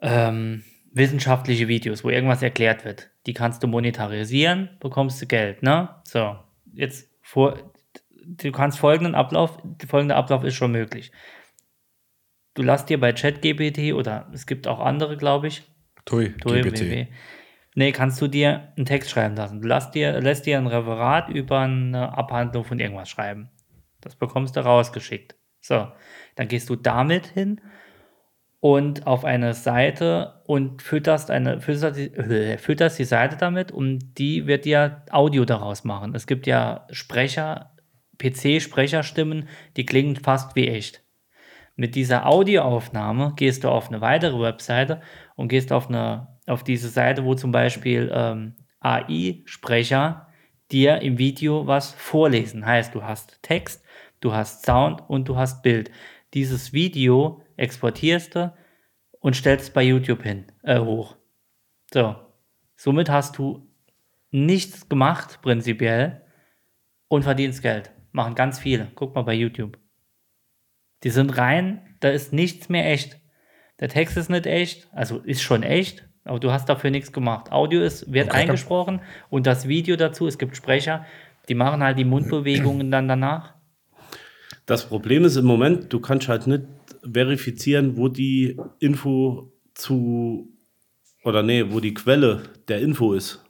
[SPEAKER 3] ähm, wissenschaftliche Videos, wo irgendwas erklärt wird. Die kannst du monetarisieren, bekommst du Geld, ne? So, jetzt vor, du kannst folgenden Ablauf, folgender Ablauf ist schon möglich. Du lässt dir bei ChatGPT oder es gibt auch andere, glaube ich,
[SPEAKER 4] Tui,
[SPEAKER 3] Tui,
[SPEAKER 4] GPT.
[SPEAKER 5] E.
[SPEAKER 3] WW. Nee, kannst du dir einen Text schreiben lassen. Du lässt dir, lässt dir ein Referat über eine Abhandlung von irgendwas schreiben. Das bekommst du rausgeschickt. So, dann gehst du damit hin und auf eine Seite und fütterst, eine, fütterst, die, äh, fütterst die Seite damit und die wird dir Audio daraus machen. Es gibt ja Sprecher, PC-Sprecherstimmen, die klingen fast wie echt. Mit dieser Audioaufnahme gehst du auf eine weitere Webseite und gehst auf, eine, auf diese Seite, wo zum Beispiel ähm, AI-Sprecher dir im Video was vorlesen. Heißt, du hast Text, du hast Sound und du hast Bild. Dieses Video exportierst du und stellst es bei YouTube hin, äh, hoch. So, somit hast du nichts gemacht, prinzipiell, und verdienst Geld. Machen ganz viele. Guck mal bei YouTube. Die sind rein, da ist nichts mehr echt. Der Text ist nicht echt, also ist schon echt, aber du hast dafür nichts gemacht. Audio ist, wird
[SPEAKER 4] Okay.
[SPEAKER 3] eingesprochen und das Video dazu, es gibt Sprecher, die machen halt die Mundbewegungen dann danach.
[SPEAKER 5] Das Problem ist im Moment, du kannst halt nicht verifizieren, wo die Info zu oder nee, wo die Quelle der Info ist.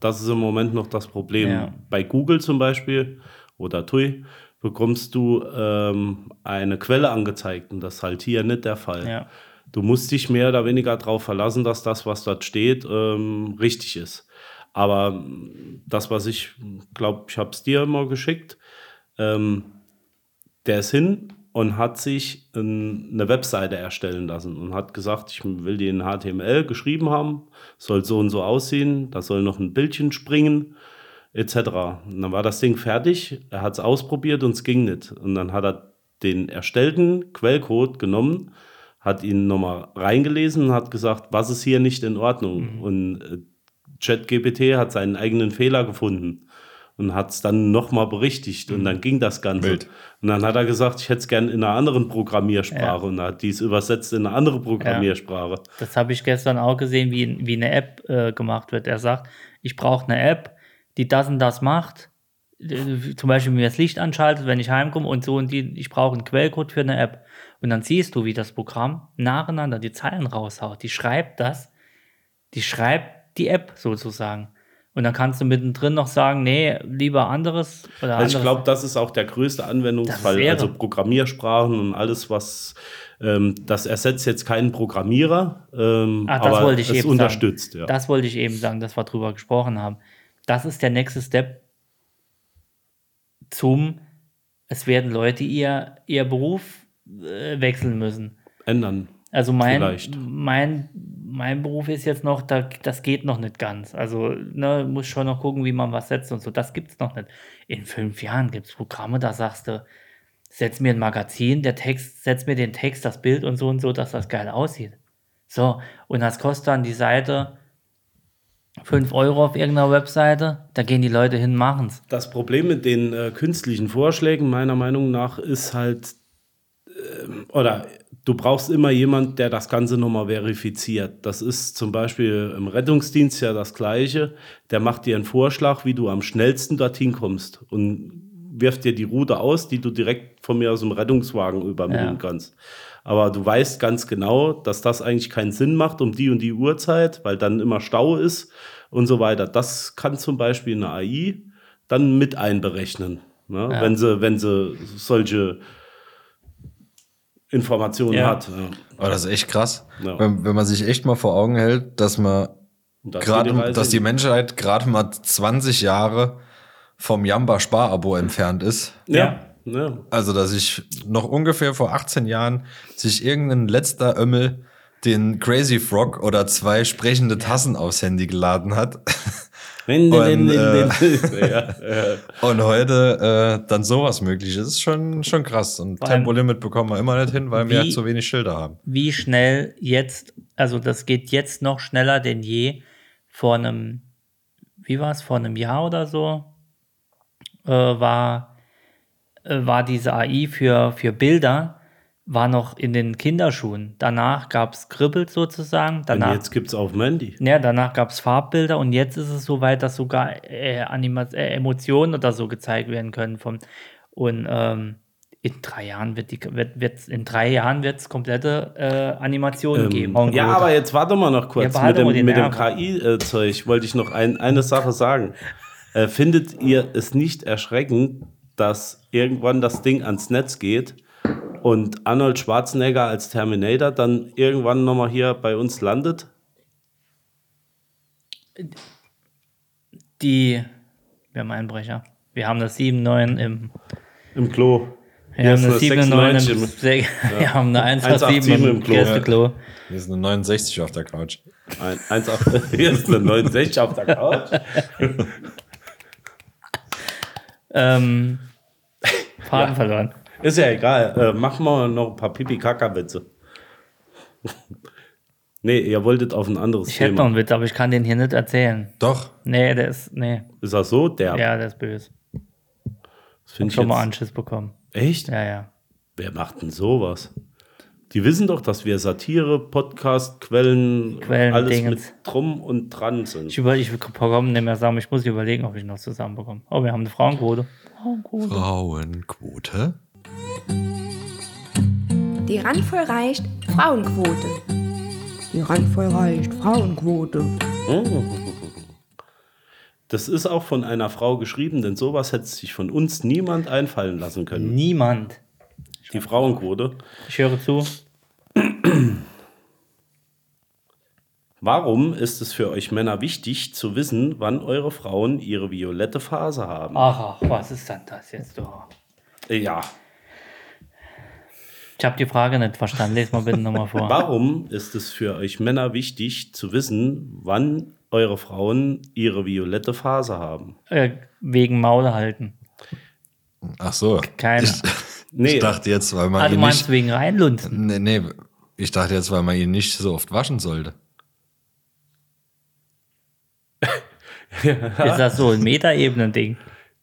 [SPEAKER 5] Das ist im Moment noch das Problem.
[SPEAKER 3] Ja.
[SPEAKER 5] Bei Google zum Beispiel oder TUI, bekommst du ähm, eine Quelle angezeigt. Und das ist halt hier nicht der Fall.
[SPEAKER 3] Ja.
[SPEAKER 5] Du musst dich mehr oder weniger darauf verlassen, dass das, was dort steht, ähm, richtig ist. Aber mm, das, was ich glaube, ich habe es dir mal geschickt, ähm, der ist hin und hat sich ähm, eine Webseite erstellen lassen und hat gesagt, ich will die in HTML geschrieben haben, soll so und so aussehen, da soll noch ein Bildchen springen, etc. Und dann war das Ding fertig, er hat es ausprobiert und es ging nicht. Und dann hat er den erstellten Quellcode genommen, hat ihn nochmal reingelesen und hat gesagt, was ist hier nicht in Ordnung? Und äh, ChatGPT hat seinen eigenen Fehler gefunden und hat es dann nochmal berichtigt und dann ging das Ganze.
[SPEAKER 4] Wild.
[SPEAKER 5] Und dann hat er gesagt, ich hätte es gern in einer anderen Programmiersprache und hat dies übersetzt in eine andere Programmiersprache.
[SPEAKER 3] Das habe ich gestern auch gesehen, wie, wie eine App äh, gemacht wird. Er sagt, ich brauche eine App, die das und das macht. Äh, Zum Beispiel mir das Licht anschaltet, wenn ich heimkomme und so und die, ich brauche einen Quellcode für eine App. Und dann siehst du, wie das Programm nacheinander die Zeilen raushaut. Die schreibt das, die schreibt die App sozusagen. Und dann kannst du mittendrin noch sagen, nee, lieber anderes oder
[SPEAKER 5] Also ich
[SPEAKER 3] anderes.
[SPEAKER 5] glaube, das ist auch der größte
[SPEAKER 3] Das
[SPEAKER 5] Anwendungsfall.
[SPEAKER 3] wäre-
[SPEAKER 5] Also Programmiersprachen und alles, was ähm, das ersetzt jetzt keinen Programmierer, ähm,
[SPEAKER 3] Ah, das
[SPEAKER 5] aber
[SPEAKER 3] wollte ich
[SPEAKER 5] es
[SPEAKER 3] eben
[SPEAKER 5] unterstützt.
[SPEAKER 3] sagen.
[SPEAKER 5] Ja.
[SPEAKER 3] Das wollte ich eben sagen, dass wir drüber gesprochen haben. Das ist der nächste Step zum, es werden Leute ihr, ihr Beruf äh, wechseln müssen.
[SPEAKER 5] Ändern.
[SPEAKER 3] Also mein,
[SPEAKER 5] Vielleicht.
[SPEAKER 3] mein, mein Beruf ist jetzt noch, da, das geht noch nicht ganz. Also ne, muss schon noch gucken, wie man was setzt und so. Das gibt es noch nicht. In fünf Jahren gibt es Programme, da sagst du, setz mir ein Magazin, der Text, setz mir den Text, das Bild und so und so, dass das geil aussieht. So, und das kostet dann die Seite 5 Euro auf irgendeiner Webseite, da gehen die Leute hin, machen's.
[SPEAKER 5] Das Problem mit den äh, künstlichen Vorschlägen meiner Meinung nach ist halt, ähm, oder du brauchst immer jemand, der das Ganze nochmal verifiziert. Das ist zum Beispiel im Rettungsdienst ja das Gleiche. Der macht dir einen Vorschlag, wie du am schnellsten dorthin kommst und wirft dir die Route aus, die du direkt von mir aus dem Rettungswagen übermitteln
[SPEAKER 3] Ja.
[SPEAKER 5] kannst. Aber du weißt ganz genau, dass das eigentlich keinen Sinn macht um die und die Uhrzeit, weil dann immer Stau ist und so weiter. Das kann zum Beispiel eine AI dann mit einberechnen, ne? wenn, sie, wenn sie solche Informationen
[SPEAKER 3] Ja.
[SPEAKER 5] hat. Ja.
[SPEAKER 4] Aber das ist echt krass.
[SPEAKER 5] Ja.
[SPEAKER 4] Wenn, wenn man sich echt mal vor Augen hält, dass man
[SPEAKER 5] Und das geht
[SPEAKER 4] gerade, um,
[SPEAKER 5] Reise
[SPEAKER 4] dass die
[SPEAKER 5] in-
[SPEAKER 4] Menschheit gerade mal 20 Jahre vom Jamba-Sparabo entfernt ist.
[SPEAKER 5] ja, ne?
[SPEAKER 4] Also, dass ich noch ungefähr vor 18 Jahren sich irgendein letzter Ömmel den Crazy Frog oder zwei sprechende Tassen aufs Handy geladen hat
[SPEAKER 5] Wenn- wenn-
[SPEAKER 4] Und, äh,
[SPEAKER 5] wenn- wenn- ja, ja.
[SPEAKER 4] und heute äh, dann sowas möglich ist, ist schon, schon krass. Und
[SPEAKER 3] allem-
[SPEAKER 4] Tempolimit bekommen wir immer nicht hin, weil wir
[SPEAKER 3] Wie-
[SPEAKER 4] ja zu wenig Schilder haben.
[SPEAKER 3] wie schnell jetzt, also das geht jetzt noch schneller denn je vor einem, wie war es, vor einem Jahr oder so, äh, war, äh, war diese AI für, für Bilder, war noch in den Kinderschuhen. Danach gab es Kribbelt sozusagen,
[SPEAKER 5] Und
[SPEAKER 3] danach
[SPEAKER 5] jetzt gibt es auf dem Handy.
[SPEAKER 3] ja, danach gab es Farbbilder und jetzt ist es so weit, dass sogar äh, Anima äh, Emotionen oder so gezeigt werden können. Vom, und ähm, in drei Jahren wird die wird, wird's, in drei Jahren wird es komplette äh, Animationen
[SPEAKER 5] Ähm,
[SPEAKER 3] geben.
[SPEAKER 5] Ja, aber jetzt warte mal noch kurz.
[SPEAKER 3] Ja,
[SPEAKER 5] mit
[SPEAKER 3] behalte
[SPEAKER 5] dem,
[SPEAKER 3] mal den
[SPEAKER 5] mit dem
[SPEAKER 3] Nerv.
[SPEAKER 5] KI-Zeug wollte ich noch ein, eine Sache sagen. Äh, findet ihr es nicht erschreckend, dass irgendwann das Ding ans Netz geht und Arnold Schwarzenegger als Terminator dann irgendwann nochmal hier bei uns landet?
[SPEAKER 3] die wir haben Einbrecher. Wir haben das 7-9 im
[SPEAKER 5] Im Klo.
[SPEAKER 3] wir
[SPEAKER 5] Hier
[SPEAKER 3] haben das
[SPEAKER 5] ist
[SPEAKER 3] 7-9 im,
[SPEAKER 5] 96
[SPEAKER 3] Se- wir haben eine 187
[SPEAKER 5] 187
[SPEAKER 3] im,
[SPEAKER 5] im Klo, ja.
[SPEAKER 3] Gästeklo.
[SPEAKER 4] Hier ist eine 69 auf der Couch.
[SPEAKER 5] Ein, eins auf, hier ist eine 69 auf der Couch.
[SPEAKER 3] Ähm, Faden verloren.
[SPEAKER 5] Ist ja egal. Äh, machen wir noch ein paar Pipi-Kaka-Witze. nee, ihr wolltet auf ein anderes
[SPEAKER 3] Ich hätte noch
[SPEAKER 5] Thema.
[SPEAKER 3] einen Witz, aber ich kann den hier nicht erzählen.
[SPEAKER 4] Doch,
[SPEAKER 3] Nee, der ist, nee,
[SPEAKER 5] Ist das so? Der.
[SPEAKER 3] ja, der ist böse.
[SPEAKER 5] Das finde ich
[SPEAKER 3] Schon mal
[SPEAKER 5] jetzt-
[SPEAKER 3] Anschiss bekommen.
[SPEAKER 5] Echt?
[SPEAKER 3] Ja, ja.
[SPEAKER 5] Wer macht denn sowas? Die wissen doch, dass wir Satire, Podcast, Quellen,
[SPEAKER 3] Quellen,
[SPEAKER 5] alles
[SPEAKER 3] Dingens.
[SPEAKER 5] mit drum und dran sind.
[SPEAKER 3] Ich, über, ich bekomme nicht mehr sagen, ich muss überlegen, ob ich noch zusammenbekomme. Oh, wir haben eine Frauenquote.
[SPEAKER 4] Frauenquote.
[SPEAKER 6] Die randvoll reicht Frauenquote. Die randvoll reicht Frauenquote.
[SPEAKER 5] Das ist auch von einer Frau geschrieben, denn sowas hätte sich von uns niemand einfallen lassen können.
[SPEAKER 3] Niemand. Mhm.
[SPEAKER 5] Die Frauenquote.
[SPEAKER 3] Ich höre zu.
[SPEAKER 5] Warum ist es für euch Männer wichtig zu wissen, wann eure Frauen ihre violette Phase haben?
[SPEAKER 3] Ach, ach was ist denn das jetzt doch?
[SPEAKER 5] Ja.
[SPEAKER 3] Ich habe die Frage nicht verstanden. Lest mal bitte nochmal vor.
[SPEAKER 5] Warum ist es für euch Männer wichtig zu wissen, wann eure Frauen ihre violette Phase haben?
[SPEAKER 3] äh, wegen Maul halten.
[SPEAKER 4] Ach so.
[SPEAKER 3] Keine.
[SPEAKER 4] Ich,
[SPEAKER 5] Nee. Also
[SPEAKER 4] ich dachte jetzt, weil man
[SPEAKER 3] Ah, du
[SPEAKER 4] ihn
[SPEAKER 3] meinst
[SPEAKER 4] nicht.
[SPEAKER 3] wegen reinlunzen.
[SPEAKER 4] Nee, nee, ich dachte jetzt, weil man ihn nicht so oft waschen sollte.
[SPEAKER 3] Ist das so ein Metaebenen-Ding?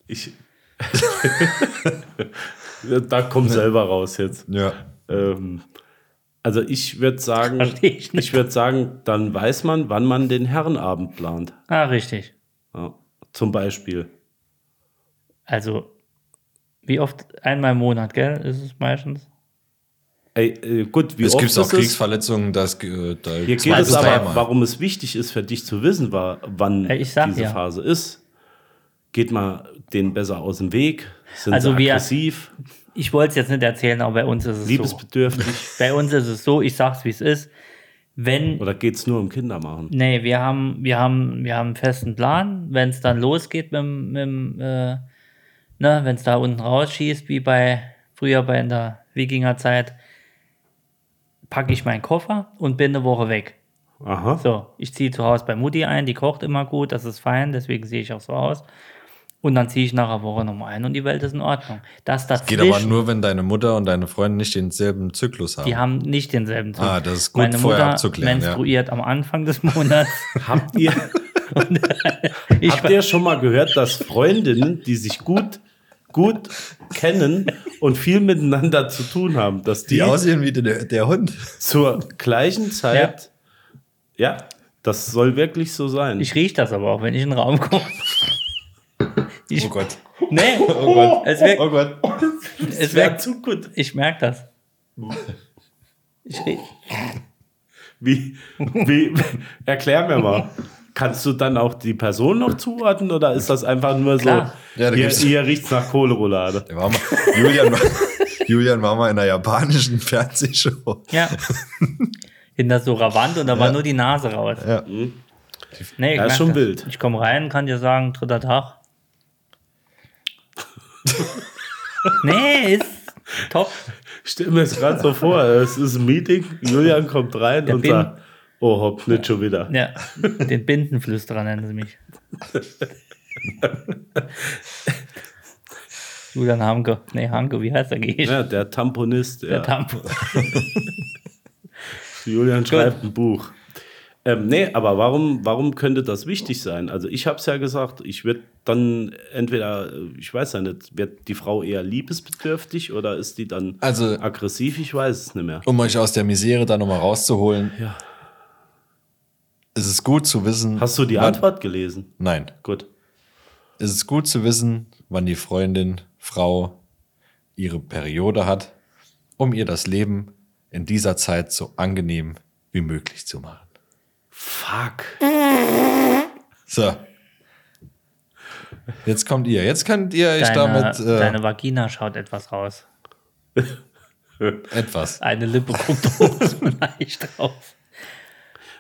[SPEAKER 5] Ich. da kommt selber raus jetzt.
[SPEAKER 4] Ja.
[SPEAKER 5] Ähm, also ich würde sagen,
[SPEAKER 3] Versteh ich
[SPEAKER 5] ich,
[SPEAKER 3] nicht.
[SPEAKER 5] würde sagen, dann weiß man, wann man den Herrenabend plant.
[SPEAKER 3] Ah, richtig.
[SPEAKER 5] Ja, zum Beispiel.
[SPEAKER 3] Also, wie oft? Einmal im Monat, gell? Ist es meistens?
[SPEAKER 5] Ey, äh, gut, wie
[SPEAKER 4] Es
[SPEAKER 5] oft
[SPEAKER 4] gibt
[SPEAKER 5] ist
[SPEAKER 4] auch
[SPEAKER 5] es?
[SPEAKER 4] Kriegsverletzungen, das, äh, da
[SPEAKER 5] Hier
[SPEAKER 4] zwei
[SPEAKER 5] geht es
[SPEAKER 4] bis
[SPEAKER 5] aber,
[SPEAKER 4] dreimal.
[SPEAKER 5] warum es wichtig ist für dich zu wissen, war, wann
[SPEAKER 3] Äh, ich sag
[SPEAKER 5] diese
[SPEAKER 3] ja.
[SPEAKER 5] Phase ist. Geht mal denen besser aus dem Weg? Sind
[SPEAKER 3] Also
[SPEAKER 5] sie
[SPEAKER 3] wir-
[SPEAKER 5] aggressiv,
[SPEAKER 3] Ich wollte es jetzt nicht erzählen, aber bei uns ist es so.
[SPEAKER 5] liebesbedürftig?
[SPEAKER 3] Bei uns ist es so, ich sag's wie es ist. Wenn
[SPEAKER 5] Oder geht es nur um Kindermachen?
[SPEAKER 3] Nee, wir haben, wir haben, wir haben einen festen Plan. Wenn es dann losgeht mit, dem- mit dem, äh, ne, wenn es da unten rausschießt, wie bei früher bei in der Wikingerzeit, packe ich meinen Koffer und bin eine Woche weg.
[SPEAKER 5] Aha.
[SPEAKER 3] So, ich ziehe zu Hause bei Mutti ein, die kocht immer gut, das ist fein, deswegen sehe ich auch so aus. Und dann ziehe ich nach einer Woche nochmal ein und die Welt ist in Ordnung. Das
[SPEAKER 4] Geht
[SPEAKER 3] dazwischen,
[SPEAKER 4] aber nur, wenn deine Mutter und deine Freundin nicht denselben Zyklus haben.
[SPEAKER 3] die haben nicht denselben Zug.
[SPEAKER 4] Ah, das ist gut,
[SPEAKER 3] Meine
[SPEAKER 4] vorher
[SPEAKER 3] Mutter
[SPEAKER 4] abzuklären, ja.
[SPEAKER 3] menstruiert am Anfang des Monats.
[SPEAKER 5] Habt ihr,
[SPEAKER 3] Ich
[SPEAKER 5] habt ihr schon mal gehört, dass Freundinnen, die sich gut, gut kennen und viel miteinander zu tun haben, dass die,
[SPEAKER 4] Die aussehen wie der, der Hund.
[SPEAKER 5] zur gleichen Zeit, ja. das soll wirklich so sein.
[SPEAKER 3] Ich rieche das aber auch, wenn ich in den Raum komme. Ich,
[SPEAKER 4] Oh Gott.
[SPEAKER 3] Nee,
[SPEAKER 4] Oh Gott.
[SPEAKER 3] es wirkt,
[SPEAKER 4] Oh Gott.
[SPEAKER 3] es
[SPEAKER 5] wär
[SPEAKER 3] wirkt
[SPEAKER 5] zu gut.
[SPEAKER 3] ich merke das. Ich riech-
[SPEAKER 5] Wie, wie, erklär mir mal. Kannst du dann auch die Person noch zuordnen oder ist das einfach nur
[SPEAKER 3] Klar.
[SPEAKER 5] so,
[SPEAKER 4] Ja, da
[SPEAKER 5] hier,
[SPEAKER 4] gibt's-
[SPEAKER 5] hier riecht es nach Kohleroulade?
[SPEAKER 4] Der war mal, Julian, war, Julian war mal in einer japanischen Fernsehshow.
[SPEAKER 3] ja. Hinter so einer Wand und da war nur die Nase raus.
[SPEAKER 4] Ja.
[SPEAKER 3] Nee, ich
[SPEAKER 5] Ja, ist
[SPEAKER 3] merk
[SPEAKER 5] schon
[SPEAKER 3] das.
[SPEAKER 5] wild.
[SPEAKER 3] Ich komme rein, kann dir sagen, dritter Tag. nee, ist top.
[SPEAKER 5] Ich stelle mir das gerade so vor, es ist ein Meeting, Julian kommt rein
[SPEAKER 3] Der
[SPEAKER 5] und
[SPEAKER 3] Bin-
[SPEAKER 5] sagt, oh hopp, nicht schon wieder.
[SPEAKER 3] Ja, den Bindenflüsterer nennen sie mich. Julian Hanke. Nee, Hanke, wie heißt er? Geh ich.
[SPEAKER 5] Ja, der Tamponist.
[SPEAKER 3] Der
[SPEAKER 5] Ja.
[SPEAKER 3] Tampo.
[SPEAKER 5] Julian schreibt ein Buch. Ähm, nee, aber warum, warum könnte das wichtig sein? Also ich habe es ja gesagt, ich würde dann entweder, äh, ich weiß ja nicht, wird die Frau eher liebesbedürftig oder ist die dann
[SPEAKER 4] Also-
[SPEAKER 5] aggressiv? Ich weiß es nicht mehr.
[SPEAKER 4] Um euch aus der Misere da nochmal rauszuholen.
[SPEAKER 5] Ja.
[SPEAKER 4] Es ist gut zu wissen.
[SPEAKER 5] Hast du die
[SPEAKER 4] wann-
[SPEAKER 5] Antwort gelesen?
[SPEAKER 4] Nein.
[SPEAKER 5] Gut.
[SPEAKER 4] Es ist gut zu wissen, wann die Freundin, Frau ihre Periode hat, um ihr das Leben in dieser Zeit so angenehm wie möglich zu machen.
[SPEAKER 5] Fuck.
[SPEAKER 4] So. Jetzt kommt ihr. Jetzt könnt ihr euch
[SPEAKER 3] Deine,
[SPEAKER 4] damit äh,
[SPEAKER 3] deine Vagina schaut etwas raus.
[SPEAKER 4] etwas.
[SPEAKER 3] Eine Lippe guckt hoch und leicht drauf.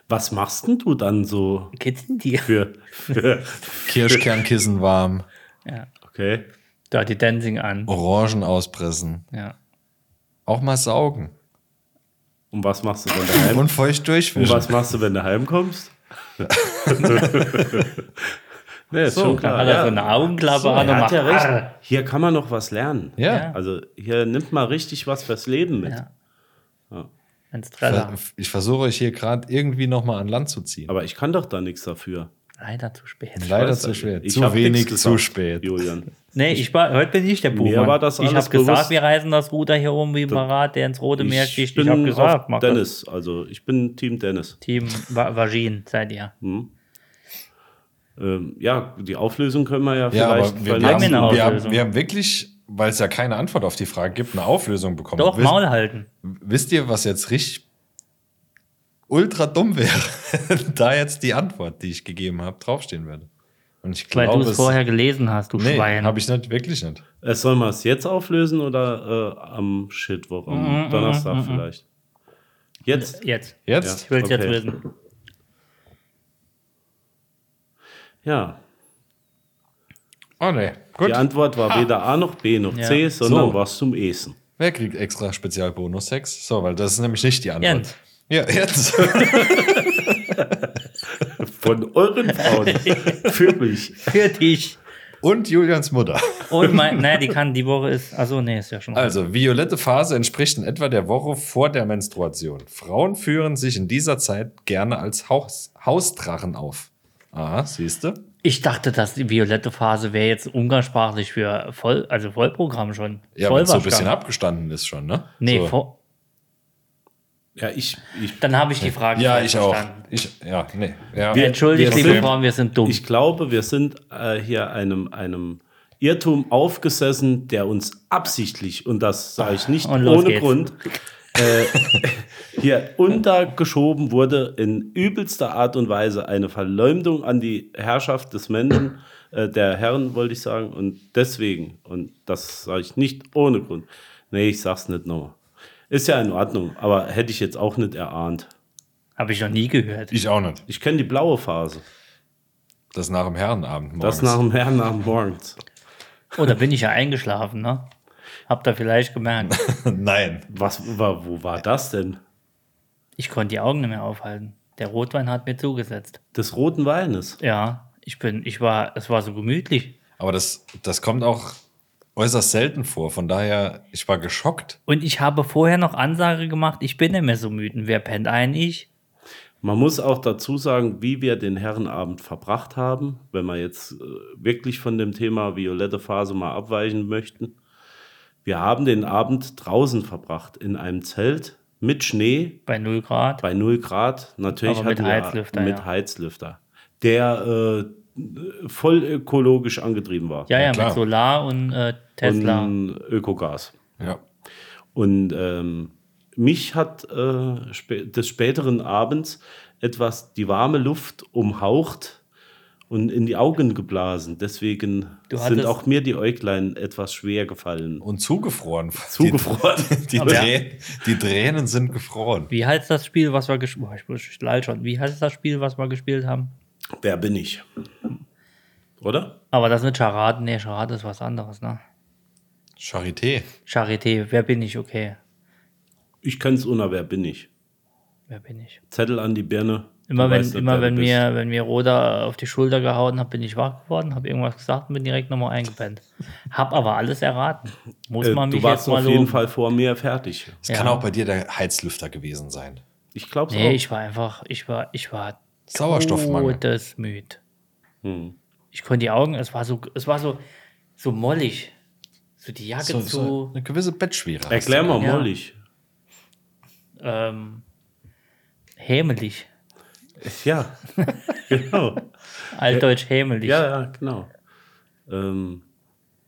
[SPEAKER 5] Was machst denn du dann so
[SPEAKER 3] Kitzeln die?
[SPEAKER 5] für, für
[SPEAKER 4] Kirschkernkissen warm,
[SPEAKER 5] okay.
[SPEAKER 3] Da hat die Dancing an.
[SPEAKER 4] Orangen auspressen,
[SPEAKER 3] Ja.
[SPEAKER 4] auch mal saugen
[SPEAKER 5] Und was machst du dann daheim?
[SPEAKER 4] und feucht
[SPEAKER 5] Und
[SPEAKER 4] durchwischen.
[SPEAKER 5] was machst du, wenn du heimkommst? nee, ist schon
[SPEAKER 3] Da
[SPEAKER 5] Oh, klar.
[SPEAKER 3] hat er
[SPEAKER 5] ja.
[SPEAKER 3] so eine Augenklappe
[SPEAKER 5] So,
[SPEAKER 3] an
[SPEAKER 5] er
[SPEAKER 3] und
[SPEAKER 5] hat
[SPEAKER 3] macht
[SPEAKER 5] ja recht.
[SPEAKER 3] Arr.
[SPEAKER 5] Hier kann man noch was lernen.
[SPEAKER 4] Ja.
[SPEAKER 5] Also hier nimmt man richtig was fürs Leben mit.
[SPEAKER 3] Ja. Wenn's Trella.
[SPEAKER 4] Ich versuche euch hier gerade irgendwie nochmal an Land zu ziehen.
[SPEAKER 5] Aber ich kann doch da nichts dafür.
[SPEAKER 3] Leider zu spät.
[SPEAKER 4] Leider
[SPEAKER 5] Weißt
[SPEAKER 4] zu
[SPEAKER 5] du,
[SPEAKER 4] spät.
[SPEAKER 5] ich hab
[SPEAKER 4] zu
[SPEAKER 5] nix
[SPEAKER 4] wenig,
[SPEAKER 5] gesagt,
[SPEAKER 4] zu spät.
[SPEAKER 5] Julian.
[SPEAKER 3] Nee, ich war, heute bin ich der Buchmann.
[SPEAKER 5] war das
[SPEAKER 3] ich
[SPEAKER 5] alles
[SPEAKER 3] habe gesagt,
[SPEAKER 5] bewusst.
[SPEAKER 3] wir reisen das Ruder hier um wie ein Parat, der ins Rote Meer
[SPEAKER 5] Ich
[SPEAKER 3] sticht. Ich habe
[SPEAKER 5] bin
[SPEAKER 3] gesagt,
[SPEAKER 5] auf
[SPEAKER 3] mach das.
[SPEAKER 5] Dennis. Also ich bin Team Dennis.
[SPEAKER 3] Team Va- Vagin seid ihr.
[SPEAKER 5] Hm, Ähm, ja, die Auflösung können wir genau. ja
[SPEAKER 4] Ja,
[SPEAKER 5] vielleicht
[SPEAKER 4] aber wir,
[SPEAKER 5] verlassen.
[SPEAKER 4] haben,
[SPEAKER 3] eine
[SPEAKER 4] wir, haben,
[SPEAKER 3] Auflösung.
[SPEAKER 4] wir haben wirklich, weil es ja keine Antwort auf die Frage gibt, eine Auflösung bekommen.
[SPEAKER 3] Doch,
[SPEAKER 4] Wisst-
[SPEAKER 3] Maul halten.
[SPEAKER 4] Wisst ihr, was jetzt richtig ultra dumm wäre, da jetzt die Antwort, die ich gegeben habe, draufstehen würde? Und Und ich
[SPEAKER 3] weil
[SPEAKER 5] Genau
[SPEAKER 4] glaube,
[SPEAKER 3] du es
[SPEAKER 4] es-
[SPEAKER 3] vorher gelesen hast, du
[SPEAKER 4] Nee,
[SPEAKER 3] Schwein.
[SPEAKER 4] habe ich nicht, wirklich nicht.
[SPEAKER 5] Äh, Sollen wir es jetzt auflösen oder äh, am Shitwoch, am Donnerstag vielleicht? Jetzt?
[SPEAKER 3] Jetzt.
[SPEAKER 4] Jetzt?
[SPEAKER 3] Ich will es
[SPEAKER 5] Okay.
[SPEAKER 3] jetzt wissen.
[SPEAKER 5] Ja.
[SPEAKER 4] Oh nee, gut.
[SPEAKER 5] Die Antwort war weder A noch B noch C,
[SPEAKER 3] Ja.
[SPEAKER 5] sondern
[SPEAKER 4] So.
[SPEAKER 5] was zum Essen.
[SPEAKER 4] Wer kriegt extra Spezialbonus 6? So, weil das ist nämlich nicht die Antwort.
[SPEAKER 3] Jens.
[SPEAKER 4] Ja, jetzt.
[SPEAKER 5] Von euren Frauen. Für mich.
[SPEAKER 3] Für dich.
[SPEAKER 4] Und Julians Mutter.
[SPEAKER 3] Und mein, naja, die kann, die Woche ist, also nee, ist ja schon.
[SPEAKER 4] Also, violette Phase entspricht in etwa der Woche vor der Menstruation. Frauen führen sich in dieser Zeit gerne als Haus Hausdrachen auf. Ah, siehste.
[SPEAKER 3] Ich dachte, dass die violette Phase wäre jetzt umgangssprachlich für voll, also Vollprogramm schon.
[SPEAKER 4] Ja, weil so ein
[SPEAKER 3] Vollwaschgang.
[SPEAKER 4] bisschen abgestanden ist schon, ne?
[SPEAKER 3] Nee,
[SPEAKER 4] so.
[SPEAKER 3] vor,
[SPEAKER 5] Ja, ich, ich,
[SPEAKER 3] dann habe ich die Frage
[SPEAKER 4] Ja,
[SPEAKER 3] falsch
[SPEAKER 4] ich auch.
[SPEAKER 3] verstanden.
[SPEAKER 4] Ich, ja, nee. Ja.
[SPEAKER 3] Entschuldigt,
[SPEAKER 5] wir
[SPEAKER 3] liebe
[SPEAKER 5] sind-
[SPEAKER 3] Frauen, wir sind dumm.
[SPEAKER 5] ich glaube, wir sind äh, hier einem, einem Irrtum aufgesessen, der uns absichtlich, und das sage ich nicht
[SPEAKER 3] Ah, Und
[SPEAKER 5] ohne
[SPEAKER 3] los geht's.
[SPEAKER 5] Grund, äh, hier untergeschoben wurde, in übelster Art und Weise eine Verleumdung an die Herrschaft des Menschen, äh, der Herren, wollte ich sagen, und deswegen, und das sage ich nicht ohne Grund, nee, ich sag's nicht nochmal. Ist ja in Ordnung, aber hätte ich jetzt auch nicht erahnt.
[SPEAKER 3] Habe ich noch nie gehört.
[SPEAKER 4] Ich auch nicht.
[SPEAKER 5] Ich kenne die blaue Phase.
[SPEAKER 4] Das nach dem Herrenabend morgens.
[SPEAKER 5] Das nach dem Herrn nach dem Morgens.
[SPEAKER 3] Oh, da bin ich ja eingeschlafen, ne? Habt ihr vielleicht gemerkt.
[SPEAKER 4] Nein.
[SPEAKER 5] Was, wa- wo war das denn?
[SPEAKER 3] Ich konnte die Augen nicht mehr aufhalten. Der Rotwein hat mir zugesetzt.
[SPEAKER 5] Des roten Weines.
[SPEAKER 3] Ja, ich bin, ich war, es war so gemütlich.
[SPEAKER 4] Aber das, das kommt auch äußerst selten vor. Von daher, ich war geschockt.
[SPEAKER 3] Und ich habe vorher noch Ansage gemacht, ich bin nicht mehr so müde. Wer pennt ein? Ich?
[SPEAKER 5] Man muss auch dazu sagen, wie wir den Herrenabend verbracht haben, wenn wir jetzt äh, wirklich von dem Thema violette Phase mal abweichen möchten. Wir haben den Abend draußen verbracht, in einem Zelt mit Schnee,
[SPEAKER 3] Bei 0 Grad.
[SPEAKER 5] bei 0 Grad. Natürlich
[SPEAKER 3] Aber mit
[SPEAKER 5] hatten wir-
[SPEAKER 3] Heizlüfter,
[SPEAKER 5] Mit
[SPEAKER 3] ja.
[SPEAKER 5] Heizlüfter. Der äh, voll ökologisch angetrieben war.
[SPEAKER 3] ja,
[SPEAKER 4] Ja,
[SPEAKER 3] ja,
[SPEAKER 4] klar.
[SPEAKER 3] mit Solar und äh, Tesla.
[SPEAKER 5] Und Ökogas.
[SPEAKER 4] Ja.
[SPEAKER 5] Und ähm, mich hat äh, spä- des späteren Abends etwas die warme Luft umhaucht und in die Augen geblasen. Deswegen
[SPEAKER 3] Du
[SPEAKER 5] sind
[SPEAKER 3] hattest-
[SPEAKER 5] auch mir die Äuglein etwas schwer gefallen.
[SPEAKER 4] Und zugefroren.
[SPEAKER 5] Zugefroren.
[SPEAKER 4] Die, die,
[SPEAKER 3] Aber-
[SPEAKER 4] Trä die Tränen sind gefroren.
[SPEAKER 3] Wie heißt das Spiel, was wir gespielt haben? Ich lall schon. Wie heißt das Spiel, was wir gespielt haben?
[SPEAKER 5] Wer bin ich? Oder?
[SPEAKER 3] Aber das sind Charaden. Nee, Charade ist was anderes, ne?
[SPEAKER 4] Charité.
[SPEAKER 3] Charité, wer bin ich? Okay,
[SPEAKER 5] Ich kann es ohne Wer bin ich?
[SPEAKER 3] wer bin ich?
[SPEAKER 5] Zettel an die Birne.
[SPEAKER 3] Immer
[SPEAKER 5] Du
[SPEAKER 3] wenn,
[SPEAKER 5] weißt nicht,
[SPEAKER 3] immer
[SPEAKER 5] wer
[SPEAKER 3] wenn
[SPEAKER 5] du bist.
[SPEAKER 3] mir, wenn mir Roda auf die Schulter gehauen hat, bin ich wach geworden, habe irgendwas gesagt und bin direkt nochmal eingepennt. Hab aber alles erraten. Muss
[SPEAKER 5] Äh,
[SPEAKER 3] man mich
[SPEAKER 5] du warst
[SPEAKER 3] jetzt mal
[SPEAKER 5] auf jeden
[SPEAKER 3] loben.
[SPEAKER 5] Fall vor mir fertig.
[SPEAKER 4] Es
[SPEAKER 3] Ja.
[SPEAKER 4] kann auch bei dir der Heizlüfter gewesen sein.
[SPEAKER 5] Ich glaube es
[SPEAKER 3] Nee,
[SPEAKER 5] auch.
[SPEAKER 3] ich war einfach, ich war, ich war
[SPEAKER 4] Sauerstoffmangel.
[SPEAKER 3] todesmüd. Oh, Ich konnte die Augen, es war so, es war so, so mollig. So die Jacke
[SPEAKER 4] So,
[SPEAKER 3] zu.
[SPEAKER 4] so eine gewisse Bettschwere.
[SPEAKER 5] Erklär mal,
[SPEAKER 3] Ja.
[SPEAKER 5] mollig.
[SPEAKER 3] ähm, hämelig.
[SPEAKER 5] Ja, genau.
[SPEAKER 3] Altdeutsch hämelig.
[SPEAKER 5] Ja, ja, genau. Ähm,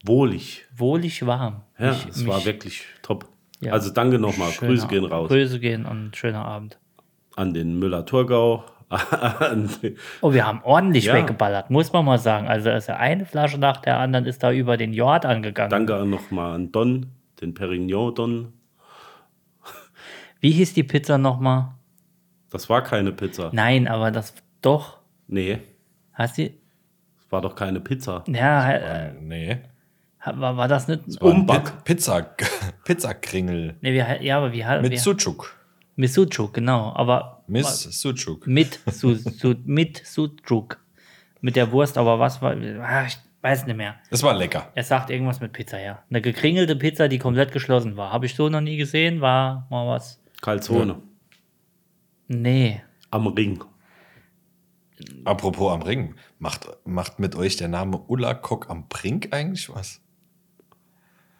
[SPEAKER 5] wohlig.
[SPEAKER 3] Wohlig warm.
[SPEAKER 5] Ja,
[SPEAKER 3] Mich-
[SPEAKER 5] es war
[SPEAKER 3] mich-
[SPEAKER 5] wirklich top.
[SPEAKER 3] Ja.
[SPEAKER 5] Also danke nochmal.
[SPEAKER 3] schöner
[SPEAKER 5] Grüße
[SPEAKER 3] Abend.
[SPEAKER 5] gehen raus
[SPEAKER 3] Grüße gehen und schöner Abend.
[SPEAKER 5] an den Müller-Thurgau. an den-
[SPEAKER 3] Oh, wir haben ordentlich
[SPEAKER 5] Ja.
[SPEAKER 3] weggeballert, muss man mal sagen. Also ist ja eine Flasche nach der anderen ist da über den Jord angegangen.
[SPEAKER 5] danke nochmal an Don, den Perignon Don.
[SPEAKER 3] Wie hieß die Pizza nochmal?
[SPEAKER 5] Das war keine Pizza.
[SPEAKER 3] Nein, aber das doch.
[SPEAKER 5] Nee,
[SPEAKER 3] Hast du?
[SPEAKER 5] das war doch keine Pizza.
[SPEAKER 3] Ja, äh,
[SPEAKER 4] Äh, nee.
[SPEAKER 3] war, war das nicht?
[SPEAKER 5] Umbug.
[SPEAKER 4] Pi- Pizza, Pizzakringel
[SPEAKER 3] Nee, wie, ja, aber wie hat
[SPEAKER 4] mit
[SPEAKER 3] wie-
[SPEAKER 4] Sucuk.
[SPEAKER 3] Mit Sucuk, genau. Aber
[SPEAKER 4] Miss Sucuk.
[SPEAKER 3] mit, Su, Su, mit Sucuk. Mit der Wurst, aber was war. Ah, ich weiß nicht mehr.
[SPEAKER 4] Es war lecker.
[SPEAKER 3] Er sagt irgendwas mit Pizza, ja. Eine gekringelte Pizza, die komplett geschlossen war. Habe ich so noch nie gesehen, war mal was.
[SPEAKER 5] Calzone.
[SPEAKER 3] Nee.
[SPEAKER 5] Am Ring.
[SPEAKER 4] Apropos am Ring. Macht, macht mit euch der Name Ulla Kock am Brink eigentlich was?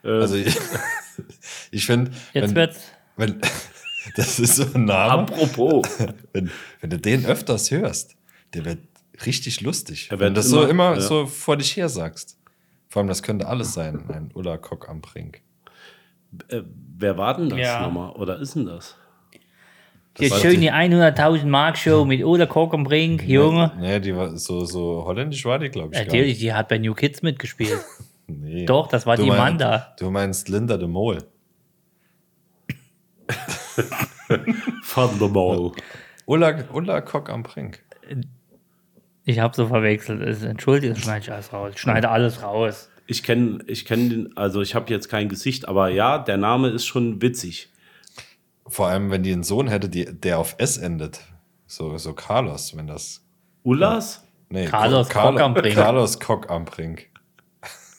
[SPEAKER 5] Äh,
[SPEAKER 4] Also ich, ich finde,
[SPEAKER 3] Jetzt
[SPEAKER 4] wenn,
[SPEAKER 3] wird's.
[SPEAKER 4] wenn, das ist so ein Name,
[SPEAKER 5] apropos.
[SPEAKER 4] wenn, wenn du den öfters hörst, der wird richtig lustig.
[SPEAKER 5] Er
[SPEAKER 4] wenn
[SPEAKER 5] wird
[SPEAKER 4] du das so
[SPEAKER 5] immer-
[SPEAKER 4] immer
[SPEAKER 5] ja.
[SPEAKER 4] so vor dich her sagst. Vor allem, das könnte alles sein, ein Ulla Kock am Brink.
[SPEAKER 5] Wer war denn das
[SPEAKER 3] Ja.
[SPEAKER 5] nochmal? Oder ist denn das?
[SPEAKER 3] Hier
[SPEAKER 4] war
[SPEAKER 3] schön
[SPEAKER 4] die-
[SPEAKER 3] die 100.000 Mark Show mit Ola Korkenbrink, Junge.
[SPEAKER 4] Nee, die war so, so holländisch war die, glaube ich. gar
[SPEAKER 3] Natürlich,
[SPEAKER 4] nicht.
[SPEAKER 3] die hat bei New Kids mitgespielt.
[SPEAKER 4] Nee.
[SPEAKER 3] Doch, das war
[SPEAKER 4] Du
[SPEAKER 3] die
[SPEAKER 4] mein-
[SPEAKER 3] Manda.
[SPEAKER 4] Du meinst Linda de Mol.
[SPEAKER 5] Thunderball.
[SPEAKER 4] Ulla, Ulla Kock am Brink.
[SPEAKER 3] Ich habe so verwechselt. Es- Entschuldige, ich schneide ich alles raus. Ich schneide alles raus.
[SPEAKER 5] Ich kenne ich kenn den, also ich habe jetzt kein Gesicht, aber ja, der Name ist schon witzig.
[SPEAKER 4] Vor allem, wenn die einen Sohn hätte, die, der auf S endet. So, so Carlos, wenn das.
[SPEAKER 5] Ullas?
[SPEAKER 4] Nee,
[SPEAKER 3] Carlos
[SPEAKER 4] Co-
[SPEAKER 3] Kock am Brink.
[SPEAKER 4] Carlos Kock am Brink.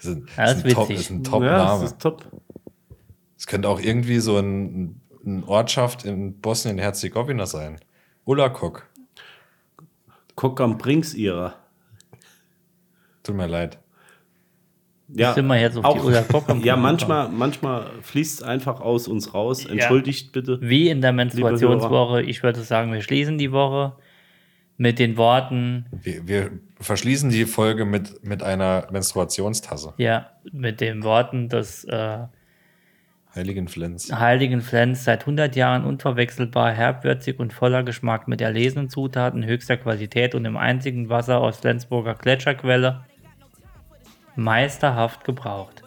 [SPEAKER 4] Das ist ein,
[SPEAKER 3] Ja, das
[SPEAKER 4] ist ein
[SPEAKER 3] ist
[SPEAKER 4] Top-
[SPEAKER 3] witzig.
[SPEAKER 4] ist ein
[SPEAKER 5] ja,
[SPEAKER 4] Top-Name.
[SPEAKER 5] das ist top.
[SPEAKER 4] es könnte auch irgendwie so ein, ein Ortschaft in Bosnien-Herzegowina sein. Ulla Kock.
[SPEAKER 5] Cock am Brinks ihrer.
[SPEAKER 4] Tut mir leid.
[SPEAKER 5] Ja,
[SPEAKER 3] sind wir jetzt auf die Ulla Kock am
[SPEAKER 5] Ja,
[SPEAKER 3] Brinks
[SPEAKER 5] manchmal, manchmal fließt es einfach aus uns raus. Entschuldigt bitte.
[SPEAKER 3] Wie in der Menstruationswoche, ich würde sagen, wir schließen die Woche mit den Worten,
[SPEAKER 4] Wir, wir verschließen die Folge mit, mit einer Menstruationstasse.
[SPEAKER 3] ja, mit den Worten des äh,
[SPEAKER 4] Heiligen Flens.
[SPEAKER 3] heiligen Flens, seit 100 Jahren unverwechselbar, herbwürzig und voller Geschmack, mit erlesenen Zutaten höchster Qualität und im einzigen Wasser aus Flensburger Gletscherquelle, meisterhaft gebraucht.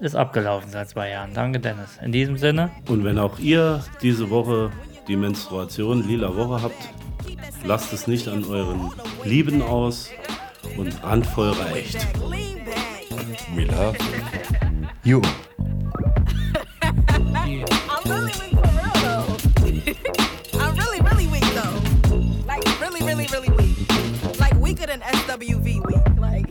[SPEAKER 3] Ist abgelaufen seit zwei Jahren. Danke, Dennis. In diesem Sinne,
[SPEAKER 5] Und wenn auch ihr diese Woche die Menstruation, lila Woche habt, lasst es nicht an euren Lieben aus und randvoll reicht.
[SPEAKER 2] Lean back.
[SPEAKER 4] We love you.
[SPEAKER 2] I'm really weak for real though. I'm really, really weak though. Like really, really, really weak. Like weaker than SWV weak. Like.